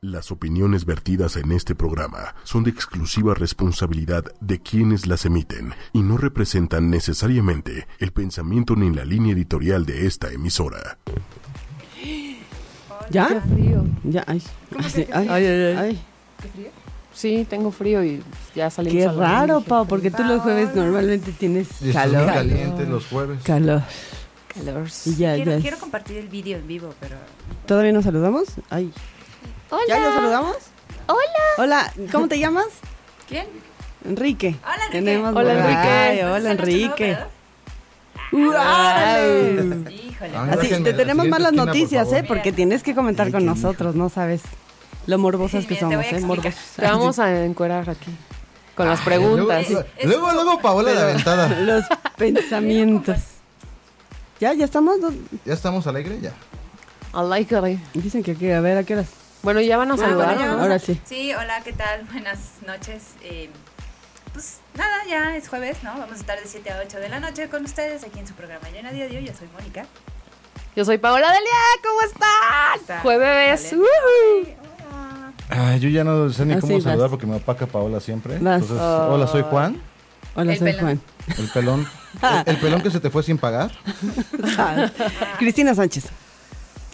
Las opiniones vertidas en este programa son de exclusiva responsabilidad de quienes las emiten y no representan necesariamente el pensamiento ni la línea editorial de esta emisora. ¿Ya? Qué frío. Ya, ay. Ay, ay, ay. Sí, tengo frío y ya salimos. Qué a la raro, mañana. Pau, porque tú los Ah. jueves normalmente tienes Y están muy calor. calientes los jueves. Calor. Calor. Y ya, Quiero, ya. quiero compartir el vídeo en vivo, pero ¿Todavía nos saludamos? Ay. Hola. ¿Ya nos saludamos? Hola. Hola, ¿cómo te llamas? ¿quién? Enrique. Hola, Enrique. Tenemos Hola, por Enrique. ahí. Hola, Entonces, anoche no, Enrique. Eh. ¿verdad? ¡Guau! Híjole. Ah, Así, déjenme te tenemos decir, malas Cristina, por noticias, favor. ¿eh? Porque tienes que comentar Ay, con qué nosotros, no sabes lo morbosas Sí, que mira, te voy a somos, ¿eh? explicar. Morbosos. Te vamos a encuerar aquí con Ah, las preguntas. Luego, Es- luego, luego Paola de aventada. Los Pues, pensamientos. ah, ¿Ya? ¿Ya estamos? ¿No? ¿Ya estamos alegre? Ya. I like it. Dicen que aquí, a ver, ¿a qué horas? Bueno, ya Ah, van a bueno, saludar. ya ¿no? vamos Ahora sí. Sí, hola, ¿qué tal? Buenas noches. Eh, pues nada, ya es jueves, ¿no? Vamos a estar de 7 a 8 de la noche con ustedes aquí en su programa Llena de Odio. Yo soy Mónica. Yo soy Paola Delia, ¿cómo están? Está. Jueves. Vale. ujú. Hola. Ah, yo ya no sé ni Ah, cómo sí, saludar vas. porque me opaca Paola siempre. Vas. Oh. Entonces, hola, soy Juan, Hola, El soy pelón. Juan. el pelón. el, el pelón que se te fue sin pagar. Cristina Sánchez.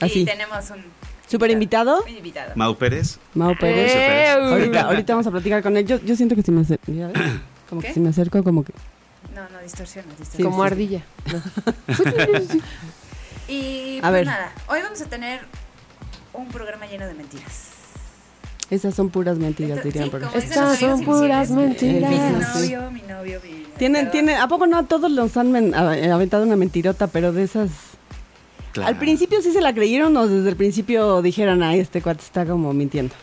Y Así. tenemos un Super invitado. un invitado. Mau Pérez. Mau Pérez. Eh, ujú. Ahorita, ahorita vamos a platicar con él. Yo, yo siento que si me acerco, como que ¿Qué? si me acerco, como que... No, no, distorsiones, Sí, Como sí, distorsiones. ardilla. Y A pues ver. nada, hoy vamos a tener un programa lleno de mentiras. Esas son puras mentiras, Esto- dirían sí, por ahí. como dicen Estas los amigos son puras invisibles. mentiras. Mi novio, mi novio, mi... Tienen, tienen, ¿a poco no a todos los han men- a- eh, aventado una mentirota, pero de esas... Claro. ¿Al principio sí se la creyeron o desde el principio dijeron, ay, este cuate está como mintiendo?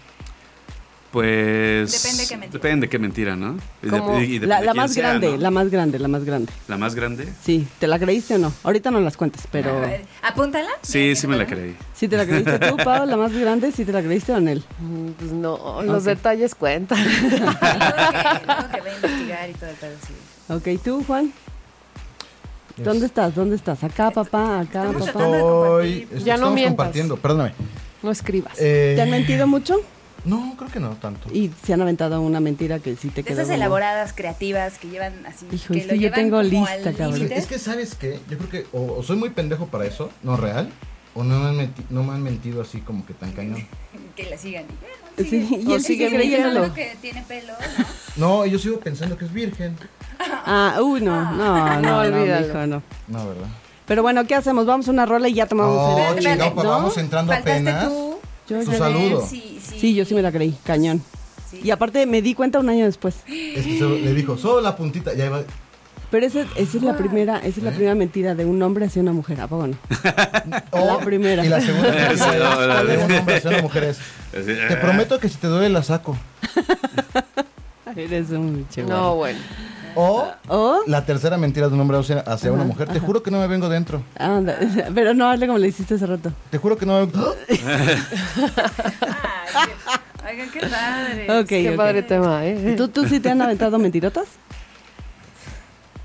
Pues. Depende qué mentira. Depende qué mentira, ¿no? Y de- Como y depende La, la quién más sea, grande, ¿no? la más grande, la más grande. ¿La más grande. Sí, ¿te la creíste o no? Ahorita no las cuentas, A pero... ver, Apúntala. Sí, sí me la creí. Si te la creíste tú, Pau, la más grande, si te la creíste o en él. Mm, Pues no, los detalles cuentan. Tengo que- tengo que voy a investigar y todo el pedo, sí. Ok, tú, Juan. ¿Dónde estás? ¿Dónde estás? Acá, papá, acá, Estamos papá. tratando- Hoy compartir. Ya no estamos mientas. compartiendo. Perdóname. No escribas. Eh, ¿Te han mentido mucho? No, creo que no tanto. Y se han aventado una mentira que sí te De quedó. esas como- elaboradas, creativas, que llevan así. Hijo, es lo que yo llevan tengo como lista, al cabrón. límite. Es que, ¿sabes qué? Yo creo que o, o soy muy pendejo para eso, no real, o no me han, menti- no me han mentido así como que tan cañón. Que la sigan. Y, bueno, Sí, sigue. y él O sí sigue creyendo. Creyendo que tiene pelo. ¿no? No, yo sigo pensando que es virgen. Ah, uy, no, no, no, No, no, olvídalo. mijo, no. No, ¿verdad? Pero bueno, ¿qué hacemos? Vamos a una rola y ya tomamos Oh, el... espérate. chingado, pues ¿No? vamos entrando Faltaste apenas. tú. Yo Su ya- saludo. Sí, sí. Sí, yo sí me la creí, cañón. Sí. Y aparte me di cuenta un año después. Es que se- le dijo, solo la puntita. Ya iba. Pero esa, esa es la primera, esa ¿Eh? es la primera mentira de un hombre hacia una mujer, ¿a poco no? La Oh, primera. Y la segunda. Sí, no, la de de- un hombre, una mujer es. Así, Te prometo que si te duele la saco. Eres un Oh, chihuahua. No, bueno. O ¿O? la tercera mentira de un hombre hacia hacia una mujer. Te juro que no me vengo dentro. Anda, pero no hazle como le hiciste hace rato. Te juro que no me. Ay, qué- Oigan, qué padre. Ok, Qué ok. padre tema, ¿eh? ¿Tú, ¿Tú sí te han aventado mentirotas?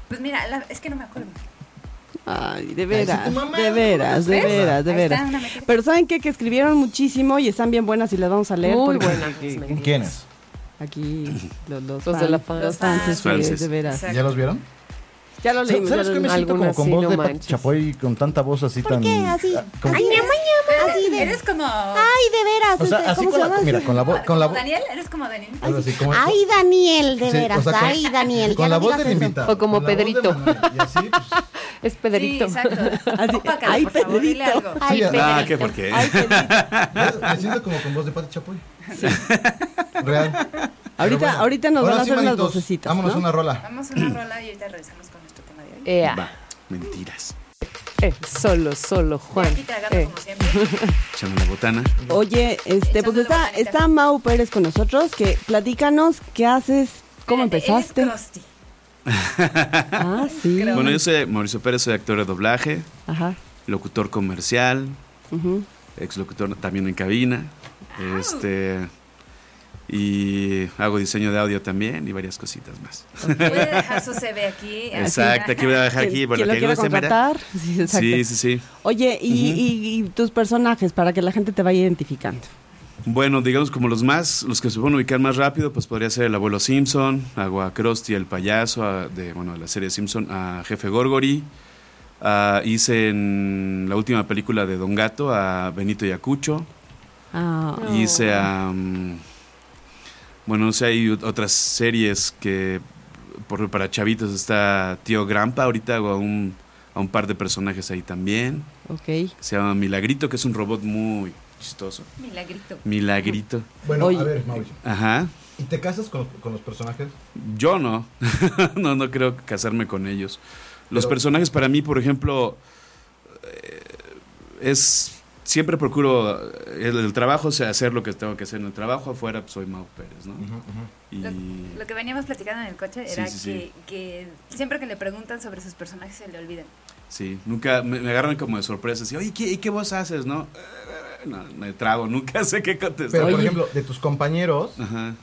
Pues mira, la- es que no me acuerdo. Ay, de Ay, sí, veras, tu mamá, de veras, de ¿ves? veras, de Ahí está, veras. una mentira. Pero ¿saben qué? Que escribieron muchísimo y están bien buenas y las vamos a leer. Muy porque buena. ¿Quién es? Aquí los, los, Los de fan- la fan- los fans, los sí, fans. de veras. Exacto. ¿Ya los vieron? Ya lo leímos. ¿Sabes ya qué lo me siento como Algunas con sí, voz no de Pati manches. Chapoy con tanta voz así tan. ah, como- Eres, eres como. Ay, de veras. o sea, este, así ¿Cómo con se la, llama? mira, con la voz, con la voz, Daniel, eres como Daniel. algo así como Ay, Daniel, de sí, veras. o sea, con- Ay, Daniel. ya con la no voz digas del eso. invitado, O como con la voz de Pedrito. Manuel, y así, pues, Es Sí, Pedrito. exacto. Así, Opácalo, ay, por favor, dile Pedrito. algo. sí, Ah, qué por qué. yo Ah, me siento como con voz de Pati Chapoy. Real. Pero Ahorita- ahorita nos ahora van a hacer unas manitos, vocecitas, Vámonos ¿no? a una rola. Vamos a una rola y ahorita regresamos con nuestro tema de Eh, hoy. Ea. Va. Mentiras. Eh, solo, solo, Juan. Aquí tragando Eh. como siempre. Echando la botana. Oye, este, pues Echándole está, botanita. está Mau Pérez con nosotros, que platícanos qué haces, cómo Espérate, empezaste. eres Krusty. Ah, sí. Creo. Bueno, yo soy Mauricio Pérez, soy actor de doblaje, Ajá. locutor comercial, ujú. exlocutor también en cabina. Este. Y hago diseño de audio también y varias cositas más. Puede dejar su CV aquí. así. Exacto, aquí voy a dejar aquí. ¿Quién- por quién lo lo que quiera guste, mira. contratar? Sí, exacto. Sí, sí, sí. Oye, y, y- y tus personajes para que la gente te vaya identificando. Bueno, digamos como los más, los que se pueden ubicar más rápido, pues podría ser el abuelo Simpson, hago a Krusty el payaso, a- de, bueno, de la serie Simpson, a Jefe Gorgory, a- hice en la última película de Don Gato a Benito Yacucho, Ah, No. hice a... mm, bueno, no sé, hay ot- otras series que por- para chavitos está Tío Grampa, ahorita hago a un, a un par de personajes ahí también, ok. que se llama Milagrito, que es un robot muy chistoso. Milagrito. Milagrito. Bueno, Oye. a ver, Mauricio. Ajá. ¿Y te casas con, con los personajes? Yo no. no, no creo casarme con ellos. Los Pero- personajes para mí, por ejemplo, eh, es... Siempre procuro eh, el, el trabajo, o sea, hacer lo que tengo que hacer en el trabajo. Afuera pues, soy Mau Pérez, ¿no? Y... Lo, lo que veníamos platicando en el coche Sí, era sí, sí. Que, que siempre que le preguntan sobre sus personajes se le olvidan. Sí, nunca me, me agarran como de sorpresa. Así, oye, ¿qué, ¿y qué vos haces, no? Eh, No, me trago, nunca sé qué contestar. Pero, por Oye. ejemplo, de tus compañeros Ajá.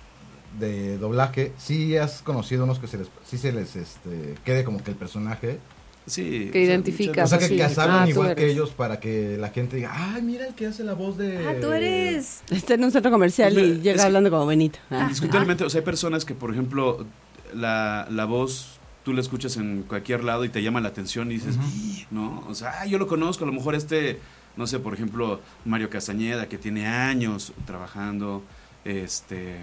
de doblaje, ¿sí has conocido unos que se les, sí se les este, quede como que el personaje? Sí. Que identificas. O sea, que, Sí. que hablan Ah, tú igual que eres. ellos para que la gente diga, ay, mira el que hace la voz Eh. de... Ah, tú eres. Está en un centro comercial Pues y mira, es llega que- hablando como Benito. Ah. Indiscutiblemente, o sea, hay personas que, por ejemplo, la, la voz tú la escuchas en cualquier lado y te llama la atención y dices, "Ih", ¿no? O sea, "Ah, yo lo conozco, a lo mejor este, no sé, por ejemplo, Mario Castañeda, que tiene años trabajando, este,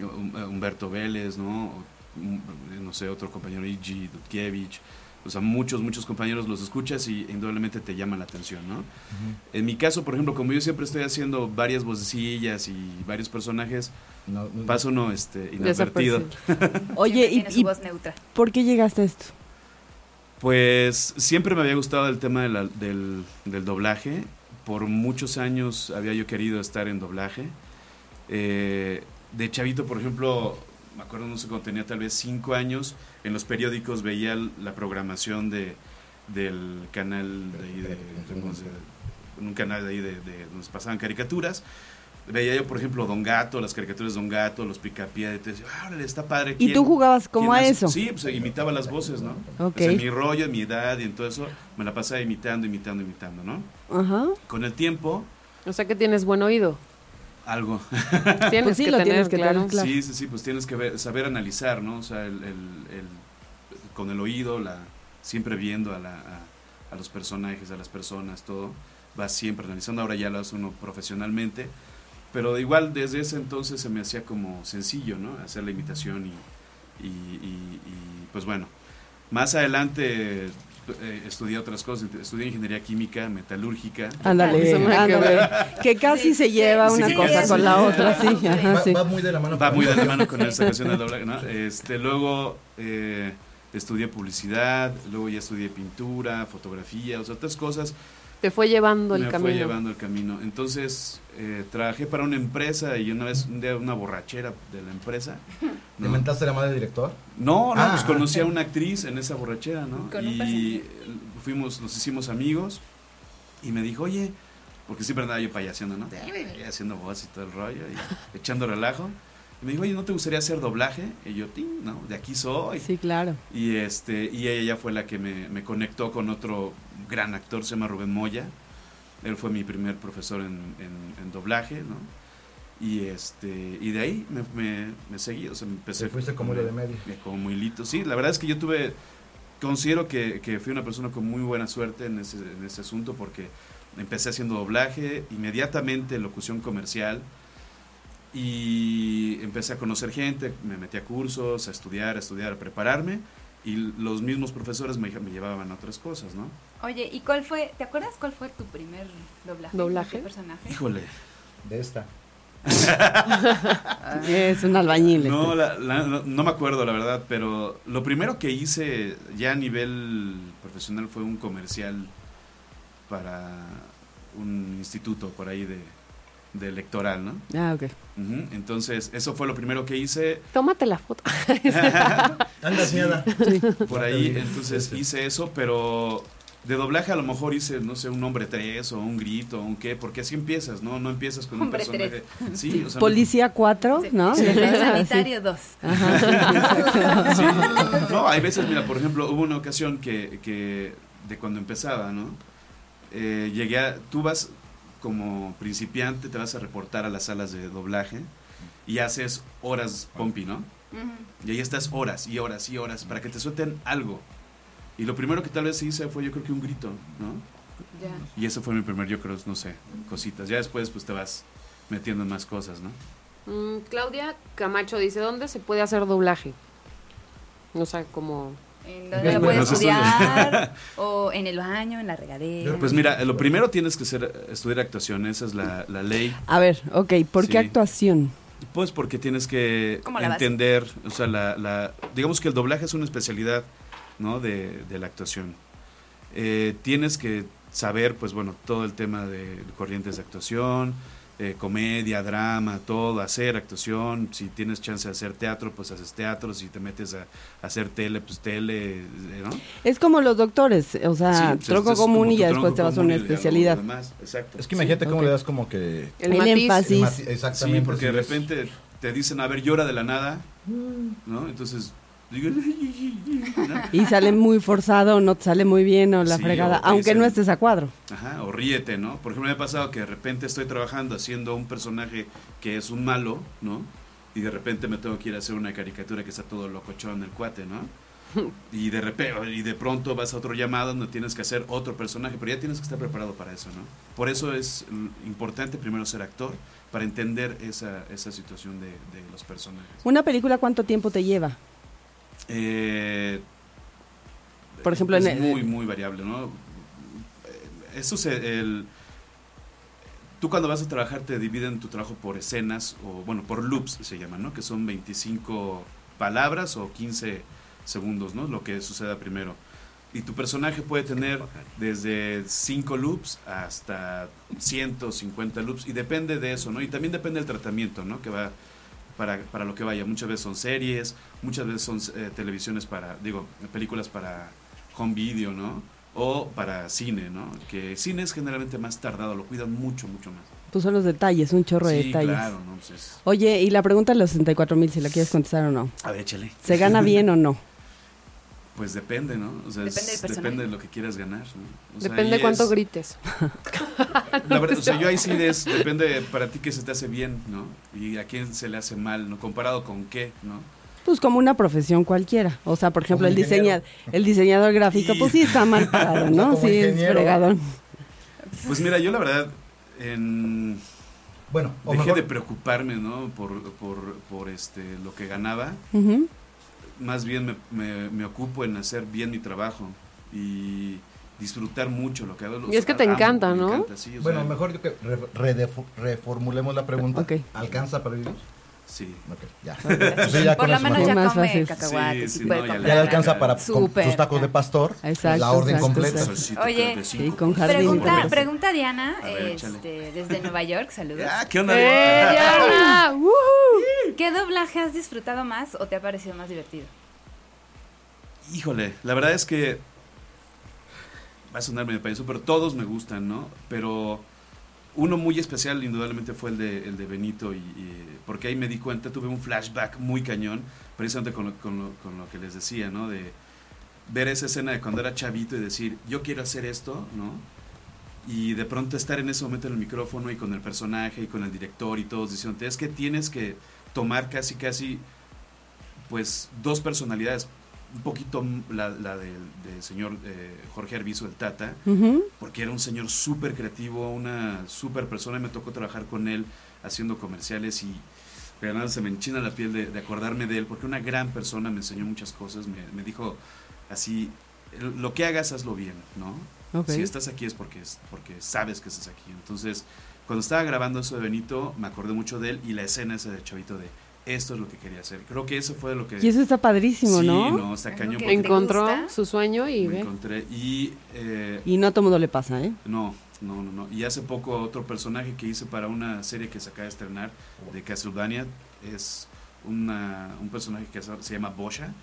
Hum- eh, Humberto Vélez, ¿no? O, mm, no sé, otro compañero, Igi Dudkiewicz. O sea, muchos, muchos compañeros los escuchas y indudablemente te llama la atención, ¿no? En mi caso, por ejemplo, como yo siempre estoy haciendo varias vocecillas y varios personajes, No, no- Paso uno este, inadvertido. Desapercibido. Oye, siempre ¿y, Tiene y su voz neutra. por qué llegaste a esto? Pues siempre me había gustado el tema de la- del, del doblaje. Por muchos años había yo querido estar en doblaje. Eh, de chavito, por ejemplo, me acuerdo, no sé, cuando tenía tal vez cinco años, en los periódicos veía l- la programación de, del canal de ahí de... de- ¿cómo se- en un canal de ahí de, de donde se pasaban caricaturas. Veía yo, por ejemplo, Don Gato, las caricaturas de Don Gato, los Picapiedra, y te decía, "Ah, órale, está padre. ¿Y ¿quién- tú jugabas como quién a hace?". eso? Sí, pues imitaba las voces, ¿no? Ok. O sea, mi rollo, en mi edad y en todo eso, me la pasaba imitando, imitando, imitando, ¿no? Ajá. Con el tiempo, O sea, que tienes buen oído. algo. Tienes Pues sí, que lo tener, tienes que claro. tener, claro. Sí, sí, sí, pues tienes que ver- saber analizar, ¿no? O sea, el, el- el- con el oído, la, siempre viendo a, la- a- a los personajes, a las personas, todo, vas siempre analizando. Ahora ya lo hace uno profesionalmente, pero igual desde ese entonces se me hacía como sencillo, ¿no? Hacer la imitación y, y- y- y, pues bueno, más adelante eh, estudié otras cosas, estudié ingeniería química, metalúrgica. Ándale, Eso nada que ándale. Que casi Sí, se sí, lleva sí, una sí, cosa sí, con sí, la sí. otra, sí. Sí. Ajá, Va, Ah, sí. va muy de la mano. Va con- muy de la mano con esta cuestión del doblaje, ¿no? Este, luego eh, estudié publicidad, luego ya estudié pintura, fotografía, o sea, otras cosas. Te fue llevando el me camino. fue llevando el camino. Entonces, eh, trabajé para una empresa y una vez, un día, una borrachera de la empresa. ¿Te ¿no? mentaste la madre del director? No, no, Ah. pues conocí a una actriz en esa borrachera, ¿no? Con un y personaje. fuimos, nos hicimos amigos y me dijo, oye, porque siempre andaba yo payaseando, ¿no? Y Haciendo voz y todo el rollo y echando relajo. Y me dijo, oye, ¿no te gustaría hacer doblaje? Y yo, "Tin, ¿no? De aquí soy. Sí, claro. Y, este, y ella ya fue la que me, me conectó con otro gran actor, se llama Rubén Moya. Él fue mi primer profesor en, en- en doblaje, ¿no? Y, este, y de ahí me, me, me seguí, o sea, me empecé... Te fuiste como me- lo de medio. eh, como hilito. Sí, la verdad es que yo tuve, considero que, que fui una persona con muy buena suerte en ese, en ese asunto porque empecé haciendo doblaje, inmediatamente locución comercial y empecé a conocer gente, me metí a cursos, a estudiar, a estudiar, a prepararme y los mismos profesores me, me llevaban a otras cosas, ¿no? Oye, ¿y cuál fue? ¿Te acuerdas cuál fue tu primer doblaje? ¿Doblaje? ¿Qué personaje? Híjole. De esta. Ah. Es un albañil. No, este. la- la- no, no me acuerdo la verdad, pero lo primero que hice ya a nivel profesional fue un comercial para un instituto por ahí de, de electoral, ¿no? Ah, ok. Ujú, Entonces, eso fue lo primero que hice. Tómate la foto. Andas mierda. por ahí, entonces hice eso, pero de doblaje a lo mejor hice, no sé, un hombre tres o un grito o un qué, porque así empiezas, ¿no? No empiezas con Hombre un personaje. Sí, o sea, no- Policía 4, Sí. ¿no? El Ajá, sanitario 2. Sí. No, hay veces, mira, por ejemplo, hubo una ocasión que, que de cuando empezaba, ¿no? Eh, llegué a, tú vas, co- como principiante, te vas a reportar a las salas de doblaje y haces horas pompi, ¿no? Ujú. Y ahí estás horas y horas y horas para que te suelten algo. Y lo primero que tal vez hice fue yo creo que un grito, ¿no? Ya. Y ese fue mi primer, yo creo, no sé, cositas. Ya después pues te vas metiendo en más cosas, ¿no? Mm, Claudia Camacho dice, ¿dónde se puede hacer doblaje? O sea, como... ¿En dónde la Después puedes los estudios. estudiar? o en el baño, en la regadera. Pero Pues mira, lo primero tienes que ser, estudiar actuación, esa es la, la ley. A ver, ok, ¿por Sí. qué actuación? Pues porque tienes que Como la base. entender, o sea, la, la- digamos que el doblaje es una especialidad, ¿no? De, de la actuación. Eh, tienes que saber, pues bueno, todo el tema de corrientes de actuación, eh, comedia, drama, todo, hacer actuación. Si tienes chance de hacer teatro, pues haces teatro. Si te metes a, a hacer tele, pues tele, eh, ¿no? Es como los doctores, o sea, Sí, pues, Ah, tronco es como común y tu ya tronco después te vas a común una y luego lo especialidad. demás, Exacto. Es que imagínate Sí, cómo ok. le das como que... El, El matiz. énfasis. Sí. mati- Exactamente. Sí, porque de sí es- repente te dicen, a ver, llora de la nada, ¿no? Entonces, digo, ¿no? Y sale muy forzado, no te sale muy bien o la Sí, fregada, o te aunque no dicen- estés a cuadro. Ajá, o ríete, ¿no? Por ejemplo, me ha pasado que de repente estoy trabajando haciendo un personaje que es un malo, ¿no? Y de repente me tengo que ir a hacer una caricatura que está todo locochón el cuate, ¿no? Y de, repe- y de pronto vas a otro llamado donde tienes que hacer otro personaje, pero ya tienes que estar preparado para eso, ¿no? Por eso es mm, importante primero ser actor, para entender esa, esa situación de, de los personajes. ¿Una película cuánto tiempo te lleva? Eh, Por ejemplo, es en el- muy, muy variable, ¿no? Eh, Eso se, el, tú cuando vas a trabajar te dividen tu trabajo por escenas o, bueno, por loops se llaman, ¿no? Que son 25 palabras o 15 segundos, ¿no? Lo que suceda primero. Y tu personaje puede tener desde 5 loops hasta 150 loops y depende de eso, ¿no? Y también depende del tratamiento, ¿no? Que va para, para lo que vaya. Muchas veces son series, muchas veces son eh, televisiones para, digo, películas para home video, ¿no? O para cine, ¿no? Que cine es generalmente más tardado, lo cuidan mucho, mucho más. Pues son los detalles, un chorro de sí, detalles. claro, ¿no? Pues es- Oye, y la pregunta de los 64 mil, si la quieres contestar o no. A ver, échale. ¿Se gana bien o no? Pues depende, ¿no? O sea, es- Depende del personaje. depende de lo que quieras ganar, ¿no? O sea, Depende Pues ahí cuánto es- grites. La verdad, o sea, yo ahí sí es, depende para ti qué se te hace bien, ¿no? Y a quién se le hace mal, ¿no? Comparado con qué, ¿no? Pues como una profesión cualquiera. O sea, por ejemplo, el, diseña, el diseñador gráfico, pues sí está mal parado, ¿no? Como sí, es ingeniero. fregadón. Pues mira, yo la verdad, en... Bueno, o dejé mejor- de preocuparme, ¿no? Por, por, por este, lo que ganaba. Ujú. Más bien me, me- me ocupo en hacer bien mi trabajo y disfrutar mucho lo que hago. O Y es que te amo, encanta, me ¿no? encanta, sí, o Bueno, sea, mejor yo que re- redefo- reformulemos la pregunta. Ok. ¿Alcanza para vivir? Sí. Ok, ya. Pues sí, ya Por con la eso, mano ¿no? ya Más come fácil. cacahuates Sí, y sí, puede no, ya comprar. le- Ya le alcanza para con Súper, sus tacos de ya. pastor, Exacto, la orden exacto, completa. exacto. Solcito, Oye, cafecito. Sí, con jardín. Pregunta, Súper. pregunta Diana, A ver, échale. este, desde Nueva York, saludos. Ah, ¿qué onda? ¡Eh, Diana! ¡Woohoo! ¿Qué doblaje has disfrutado más o te ha parecido más divertido? Híjole, la verdad es que va a sonar medio payaso, pero todos me gustan, ¿no? Pero uno muy especial, indudablemente, fue el de, el de Benito, y, y- porque ahí me di cuenta, tuve un flashback muy cañón, precisamente con lo, con lo- con lo que les decía, ¿no? De ver esa escena de cuando era chavito y decir, yo quiero hacer esto, ¿no? Y de pronto estar en ese momento en el micrófono y con el personaje y con el director y todos diciéndote, es que tienes que tomar casi, casi, pues, dos personalidades. Un poquito la, la del del señor eh, Jorge Arvizu, el Tata, Ujú. porque era un señor súper creativo, una súper persona, y me tocó trabajar con él haciendo comerciales y de verdad se me enchina la piel de, de acordarme de él, porque una gran persona me enseñó muchas cosas, me, me dijo así, lo que hagas hazlo bien, ¿no? Ok. Si estás aquí es porque, es porque sabes que estás aquí. Entonces, cuando estaba grabando eso de Benito, me acordé mucho de él y la escena esa de Chavito de esto es lo que quería hacer. Creo que eso fue lo que... Y eso está padrísimo, sí, ¿no? está Algo cañón. que porque Encontró gusta? su sueño y me ve. encontré y... eh, Y no a todo mundo le pasa, ¿eh? no, no, no, no. Y hace poco otro personaje que hice para una serie que se acaba de estrenar de Castlevania es una- un personaje que se se llama Bosha.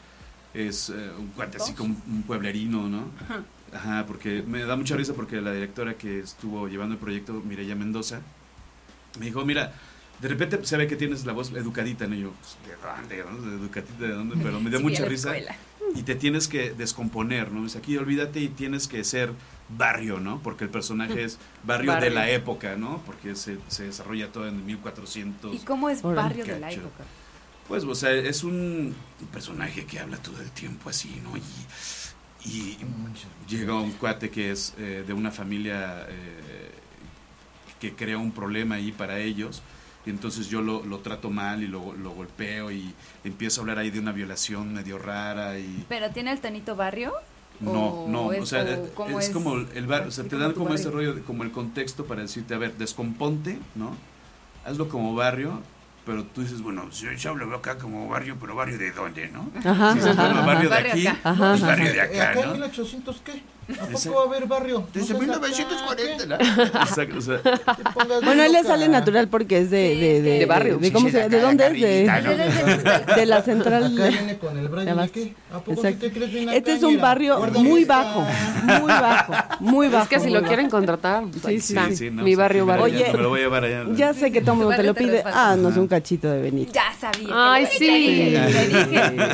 Es eh, un cuate así como un pueblerino, ¿no? Ajá, porque me da mucha risa porque la directora que estuvo llevando el proyecto, Mireya Mendoza, me dijo, mira, de repente se ve que tienes la voz educadita, ¿no? Y yo, pues, ¿de dónde? ¿De dónde? ¿Educadita de dónde? Pero me dio Sí, mucha a la risa. escuela. y te tienes que descomponer, ¿no? Es aquí olvídate y tienes que ser barrio, ¿no? Porque el personaje es barrio, Barrio. de la época, ¿no? Porque se, se desarrolla todo en ¿Y 1400. cómo es Órale. barrio de la Cacho. época? Pues, o sea, es un personaje que habla todo el tiempo así, ¿no? Y, y No manches. llega un cuate que es eh, de una familia eh, que crea un problema ahí para ellos. Y entonces yo lo, lo trato mal y lo, lo golpeo y empiezo a hablar ahí de una violación medio rara y... ¿Pero tiene el tonito barrio? No, ¿O no, es- o sea, o es, cómo es? como el bar, o sea, Así te como dan tu como ese barrio. rollo, de- como el contexto para decirte, a ver, descomponte, ¿no? Hazlo como barrio, pero tú dices, bueno, yo, yo lo veo acá como barrio, pero barrio de dónde, ¿no? Ajá. Dices, bueno, barrio de Barrio aquí, acá. pues, Ajá. barrio de Eh, acá, en ¿no? 1800 qué? ¿A Ese- poco va a haber barrio? No Desde seas 1940, acá, ¿no? Exacto, o sea, ¿qué? Te pongas Bueno, a él le loca. sale natural porque es de, Sí, de, es que- De barrio. ¿De, cómo Sí, se- acá ¿de la dónde es? carrerita, De, Ah, ¿no? de la Acá central. viene con el Brian, Nada ¿y qué? ¿A poco sí Exacto. te crees bien Este acá? es un Mira, barrio guarda muy esta. bajo, muy bajo, muy bajo. Es que si muy lo bajo. quieren contratar, pues ahí sí, está. sí, no, mi sí, barrio, sí, mira, barrio. ya Oye, no me lo voy a llevar allá. Ya sé que todo el mundo te lo Barrio te pide. resbala. Ah, no es un cachito de venir. Ya sabía. que Ay, lo- sí. te dije, te dije.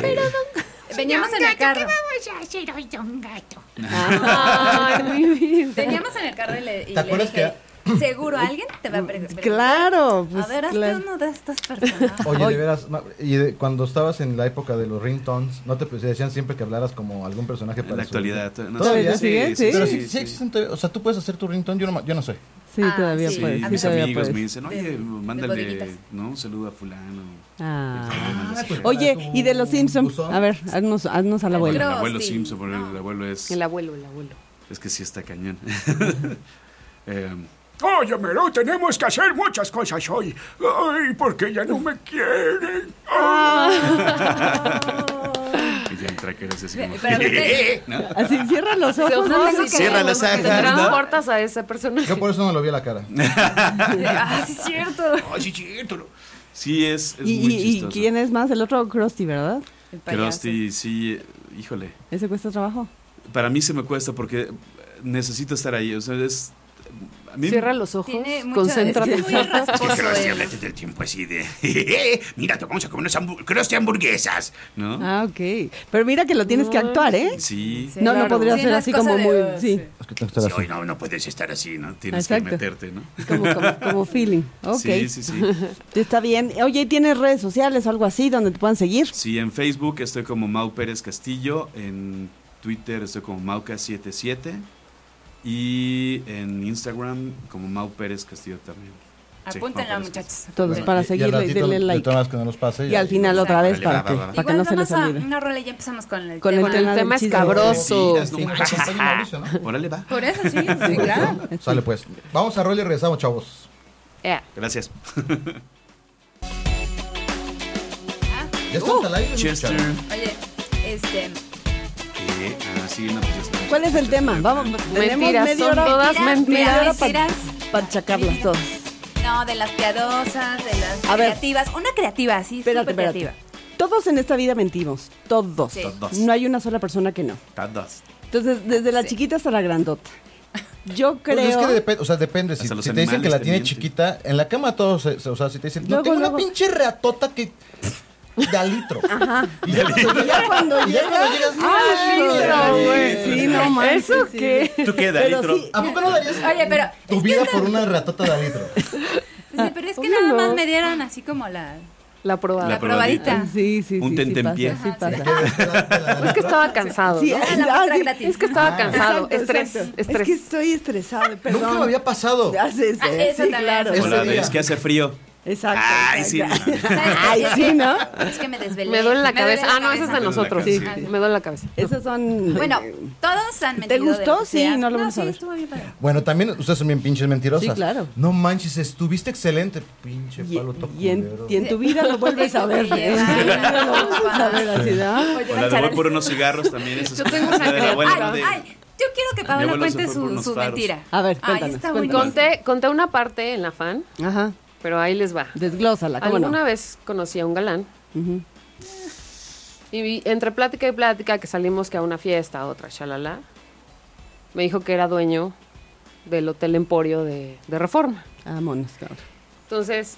Pero Veníamos en el carro. Vamos a hacer hoy un gato. Ay, mi vida. Veníamos en el carro y le, y ¿Te le acuerdas dije, seguro alguien te va a pre- preguntar. Claro, pues A ver, hazte claro. uno de estas personas. Oye, de veras, ma- y de- cuando estabas en la época de los ringtones, ¿no te pues, decían siempre que hablaras como algún personaje para En la su- actualidad. no, ¿Todavía siguen? Sí. Pero sí, sí, existen todavía, o sea, tú puedes hacer tu ringtone, yo no, ma- yo no sé. Sí, Ah, todavía sí. puedes. A A sí, mis todavía amigos puedes. me dicen, oye, De- de mándale, bodeguitas. ¿no? Un saludo a fulano. Ah. Ah, pues, Oye, tu y de los Simpsons, buzón. a ver, haznos, haznos al Bueno, abuelo. el Crosby. abuelo Simpson, porque el No. abuelo es... El abuelo, el abuelo. Es que sí está cañón. Em, Oye, Mero, tenemos que hacer muchas cosas hoy. Ay, porque ya no me quieren. Ah. y ya entra que eres así Ve- como, pero vete. ¿no? Así cierra los ojos. No ¿no? tengo que- Cierra las Te ajas, ¿no? transportas a ese Yo personaje. por eso no lo vi a la cara. ah, sí, es cierto. Ay, sí, cierto, lo- Sí, es, es ¿Y, muy y- y chistoso. quién es más? El otro Krusty, ¿verdad? El payaso. Krusty, sí, eh, híjole. Ese cuesta trabajo. Para mí se me cuesta porque eh, necesito estar ahí. O sea, es... a mí- Cierra los ojos, Tiene mucho, concéntrate. Es muy rasposo Crusty, él. háblate del tiempo así de. "Jejeje, Mira, te vamos a comer unas hambu- Krusty hamburguesas. ¿No? Ah, ok. Pero mira que lo tienes que actuar, ¿eh? Sí. No, no Claro. podría Sí, ser no es así cosa como de- muy. sí. Sí, Es que tengo que Sí, estar hoy así. no, no puedes estar así, ¿no? Tienes Exacto. que meterte, ¿no? como, como, como feeling. Ok. Sí, sí, sí. Está bien. Oye, ¿tienes redes sociales o algo así donde te puedan seguir? Sí, en Facebook estoy como Mau Pérez Castillo, en Twitter estoy como Mauca77 y en Instagram como Mau Pérez Castillo también. pues, Sí, Apúntenla, Mau Pérez muchachos. Todos Bueno, para y- y al seguirle y ratito denle de like. todas maneras pues, que no los pase Y al final otra vez Órale, para va, que, va, va. para que no se les vamos a olvide. una rola y ya empezamos con el Con el tema. Con el tema tema del chisme. escabroso. Sí, Sí, nos acompaña Mauricio, ¿no? Órale, va. Por eso, sí, sí, claro. Sale pues. Vamos a rol y regresamos, chavos. Eh, Gracias. Ya Uh. estamos al aire. Chester. muchachos. Oye, este... ¿Qué? Ah, sí, no, pues ya está. ¿Cuál es el tema? Vamos, tenemos Mentiras, media son hora, todas media mentiras. hora pa- Mentiras. para chacarlas todas. No, de las piadosas, de las A ver. creativas. Una creativa, sí, Espérate, súper espérate. creativa. Todos en esta vida mentimos, todos. Sí. Todos. No hay una sola persona que no. Tandas. Entonces, desde la Sí. chiquita hasta la grandota. Yo Pues creo... es que depende, o sea, depende. Si, Hasta los si te dicen animales que la te tiene mienten. chiquita, en la cama todos, se- se- o sea, si te dicen, no Luego, tengo una luego. pinche ratota que de al litro. Ajá. Y ya cuando Y ya cuando y ya cuando llegas... llegas, ¡Ay, "Ay, mira, mira, güey! Sí, Ah, no manches. ¿Eso sí. qué? ¿Tú Pero qué, Dalitro? sí, ¿A poco no darías Oye, pero... tu es que vida no- por una ratota de al litro? Sí, pero es que Ah, Obvio nada no. más me dieron así como la... la probada. La La probadita. probadita. sí, sí, sí, Un sí tentempié. pasa, sí Ajá, sí. pasa. Es que estaba cansado. Sí, ¿no? Era la ah, muestra sí, gratis. Es que estaba Ah. cansado. Exacto, estrés, exacto. estrés. Es que estoy estresada, perdón. Nunca me había pasado. Haces, Ah, eh, eso sí, también. claro. O la ese de, día. es que hace frío. Exacto. Ay, sí. exacto. ¿Sabes qué? Ay, Es sí, que- ¿no? Es que me desvelé. Me duele la Me duele cabeza. la Ah, no, esa es de cabeza. Me duele la nosotros. cabeza. Sí, sí. Me duele la cabeza. Esas son. eh, Bueno, todos han mentido. de gustó? lo que sea. Sí, no lo vamos a sí, ver. estuvo bien padre. Bueno, también ustedes son bien pinches mentirosas. Sí, claro. No manches, estuviste excelente. Pinche Y, palo toco. y en, y en tu vida lo vuelves a ver. Sí, ¿eh? En tu vida lo vuelves a ver así, ¿no? Oye, O la de voy Charles- por unos cigarros también. esa es Yo tengo esa la de la abuela, ay, ¿no? de- ay, yo quiero que Mi Paola abuelo se cuente fue por su, unos su faros. mentira. A ver, Ay, cuéntanos, está cuéntanos. buenísimo. Conté, conté una parte en la fan, Ajá. pero ahí les va. Desglósala, ah, ¿cómo Alguna no? vez conocí a un galán Ujú. y vi- entre plática y plática que salimos que a una fiesta, a otra, shalala, me dijo que era dueño del Hotel Emporio de, de Reforma. Vámonos, cabrón. Entonces,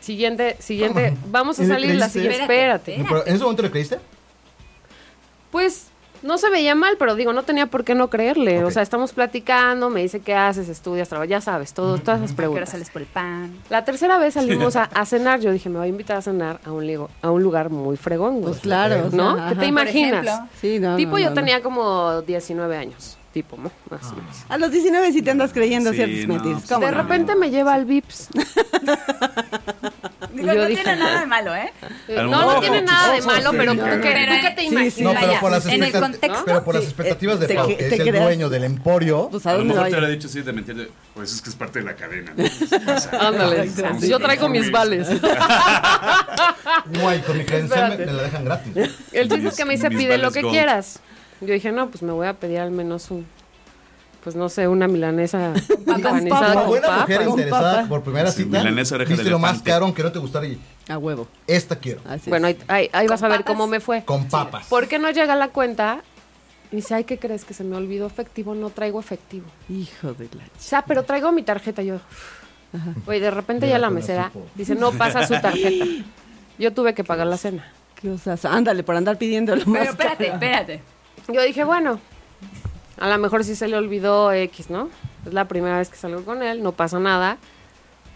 siguiente, siguiente, vamos a ¿Y le salir la creíste? siguiente. Espérate. Espérate. Pero, ¿En ese momento le creíste? Pues no se veía mal, pero digo, no tenía por qué no creerle. Ok. O sea, estamos platicando, me dice qué haces, estudias, trabajas, ya sabes, todo, todas esas ¿A qué hora preguntas. sales por el pan? La tercera vez salimos a, a cenar, yo dije, me voy a invitar a cenar a un, ligo- a un lugar muy fregón, güey. Pues claro, o sea, ¿No? ajá. ¿Qué te Por imaginas? ejemplo. Sí, no, tipo, no, no, yo no. tenía como 19 años, tipo, ¿no? Más o menos. A los 19 sí te andas creyendo Sí, ciertas no, mentiras. pues, ¿Cómo De no? repente me lleva al Vips. Digo, Yo no dije- tiene nada de malo, ¿eh? A lo No, no mejor- tiene nada de sí, malo, sí, pero sí, ¿tú sí, qué, sí, tú qué te sí, imaginas? No, pero por las En el expectat- contexto. pero por las Sí, Eh, expectativas de te- Pau, te que es el creas. dueño del emporio. Pues, ¿a A lo dónde mejor va? te hubiera dicho así de mentira, de, pues es que es parte de la cadena. ¿no? Pues, Ándale, vamos a- yo traigo mis vales. Guay, con mi credencial me, Espérate. me la dejan gratis. El chiste Mis- es que me dice, mis pide lo vales que gold. quieras. Yo dije, no, pues me voy a pedir al menos un, pues no sé, una milanesa papas. empanizada Una con buena mujer ¿eh? papas. con interesada papas. por primera Sí, cita. milanesa, oreja de Viste lo más elefante. caro aunque no te gustara y A huevo. esta quiero. Así Bueno, es. ahí, ahí- ahí vas a ver papas? cómo me fue. Con papas. ¿Por qué no llega la cuenta? Y dice, ay, ¿qué crees? Que se me olvidó efectivo, no traigo efectivgo. Hijo de la... O sea, pero traigo mi tarjeta. Yo, oye, de repente Mira ya la cómo mesera supo. dice, no, pasa su tarjeta. Yo tuve que pagar la cena. Qué osazo. Ándale, por andar pidiendo lo más Pero espérate, caro. espérate. Yo dije, bueno, a lo mejor sí se le olvidó X, ¿no? Es la primera vez que salgo con él, no pasa nada.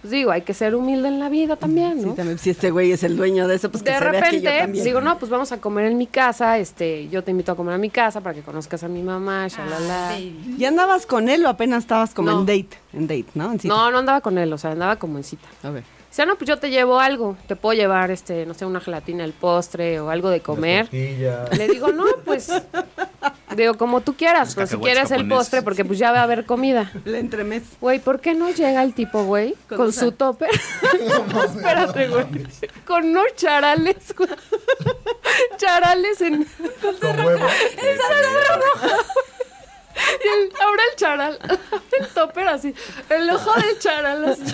Pues digo, hay que ser humilde en la vida también, ¿no? Sí, también, si este güey es el dueño de eso, pues que de se vea que yo repente también. digo, no, pues vamos a comer en mi casa, este, yo te invito a comer a mi casa para que conozcas a mi mamá, shalala. Ah, sí. ¿Ya andabas con él o apenas estabas como No. en date? En date, ¿no? En cita. No, no andaba con él, o sea, andaba como en cita. A ver. O sea, no, pues yo te llevo algo, te puedo llevar, este, no sé, una gelatina, el postre o algo de comer. Le digo, no, pues, digo, como tú quieras, Los pero si cacahuates quieres el japoneses. postre, porque pues ya va a haber comida. Le entremés. Güey, ¿por qué no llega el tipo, güey? Con, Con su una- tope. Espérate, güey. Con unos charales, güey. charales en. Con huevo. y el- ahora el charal. El topper así. El ojo del charal así.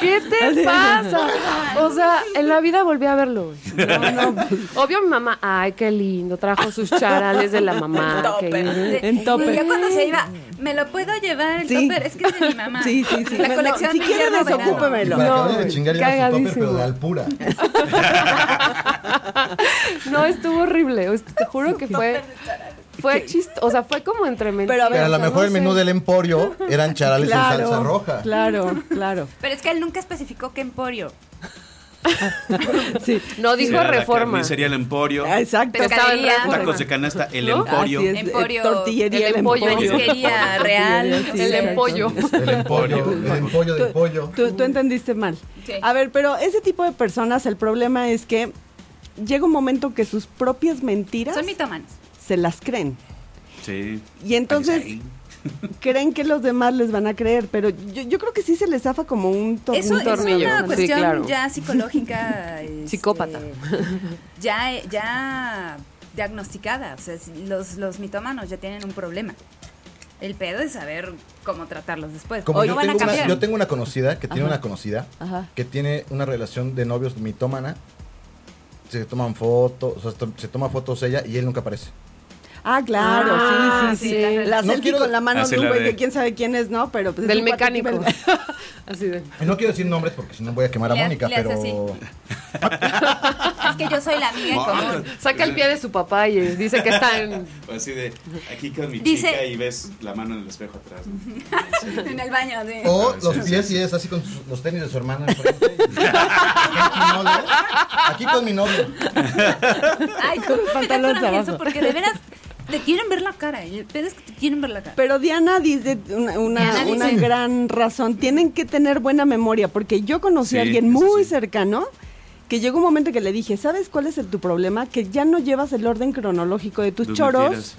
¿Qué te pasa? O sea, en la vida volví a verlo. güey. No, no. pues, Obvio, mi mamá. Ay, qué lindo. Trajo sus charales de la mamá. qué Topper. lindo. Ah, En topper. Y ya cuando se iba, ¿me lo puedo llevar el Sí. topper? Es que es de mi mamá. Sí, sí, sí. La No, colección si de quieres, Guillermo Venado. Y desocúpemelo. para No, acabar de güey, chingar, iba a su topper, cagadísimo. pero de alpura. No, estuvo horrible. o sea, Te juro que fue. Fue chist, o sea, fue como entre mentiras. Pero a ver, Pero a lo o sea, mejor el no menú sé. del emporio eran charales Claro, en salsa roja. Claro, claro. Pero es que él nunca especificó qué emporio. Sí. No dijo reforma. Sería el emporio. Ah, Exacto. Pescadería. Estaba en reforma. Tacos de canasta, el ¿No? emporio. Así es, eh, Emporio. Tortillería, El el empollo. emporio. Marisquería real. Tortillería, sí, El exacto. empollo. El emporio, el emporio del pollo. Tú, tú entendiste mal. Sí. A ver, pero ese tipo de personas, el problema es que llega un momento que sus propias mentiras Son mitomanos. se las creen. Sí. Y entonces Ahí está, ahí. creen que los demás les van a creer, pero yo, yo creo que sí se les zafa como un, tor- Eso un es tornillo. una Sí, cuestión claro. ya psicológica. este, Psicópata. Ya, ya diagnosticada. O sea, si los, los mitómanos ya tienen un problema. El pedo es saber cómo tratarlos después. Como Oye, yo, no van a tengo una, cambiar. yo tengo una conocida que tiene una conocida Ajá. que tiene una relación de novios mitómana. Se toman fotos, o sea, to- se toma fotos ella y él nunca aparece. Ah, claro, Ah, sí, sí, sí, sí. la- La No selfie quiero- con la mano Así de un la güey de- que quién sabe quién es, ¿no? Pero pues, es Del un cuate que mecánico. ve- Así de. Y no quiero decir nombres porque si no voy a quemar a Le ha- Mónica, le hace pero. Es que yo soy la amiga en Ah. común. Saca el pie de su papá y eh, dice que está en. Así de, aquí con mi Dice- chica y ves la mano en el espejo atrás. ¿no? En el baño. sí. O Sí, los sí, pies y es así con sus- los tenis de su hermano enfrente. Y- Aquí no, ¿no? Aquí con mi novio. Ay, cómo me da Pantalones coraje abajo. eso, porque de veras te quieren ver la cara. y El pedo es que te quieren ver la cara. Pero Diana dice una, una- Diana dice- una gran razón. Tienen que tener buena memoria, porque yo conocí a Sí, alguien eso muy sí. cercano que llegó un momento que le dije, ¿sabes cuál es el, tu problema? Que ya no llevas el orden cronológico de tus Tus choros. mentiras.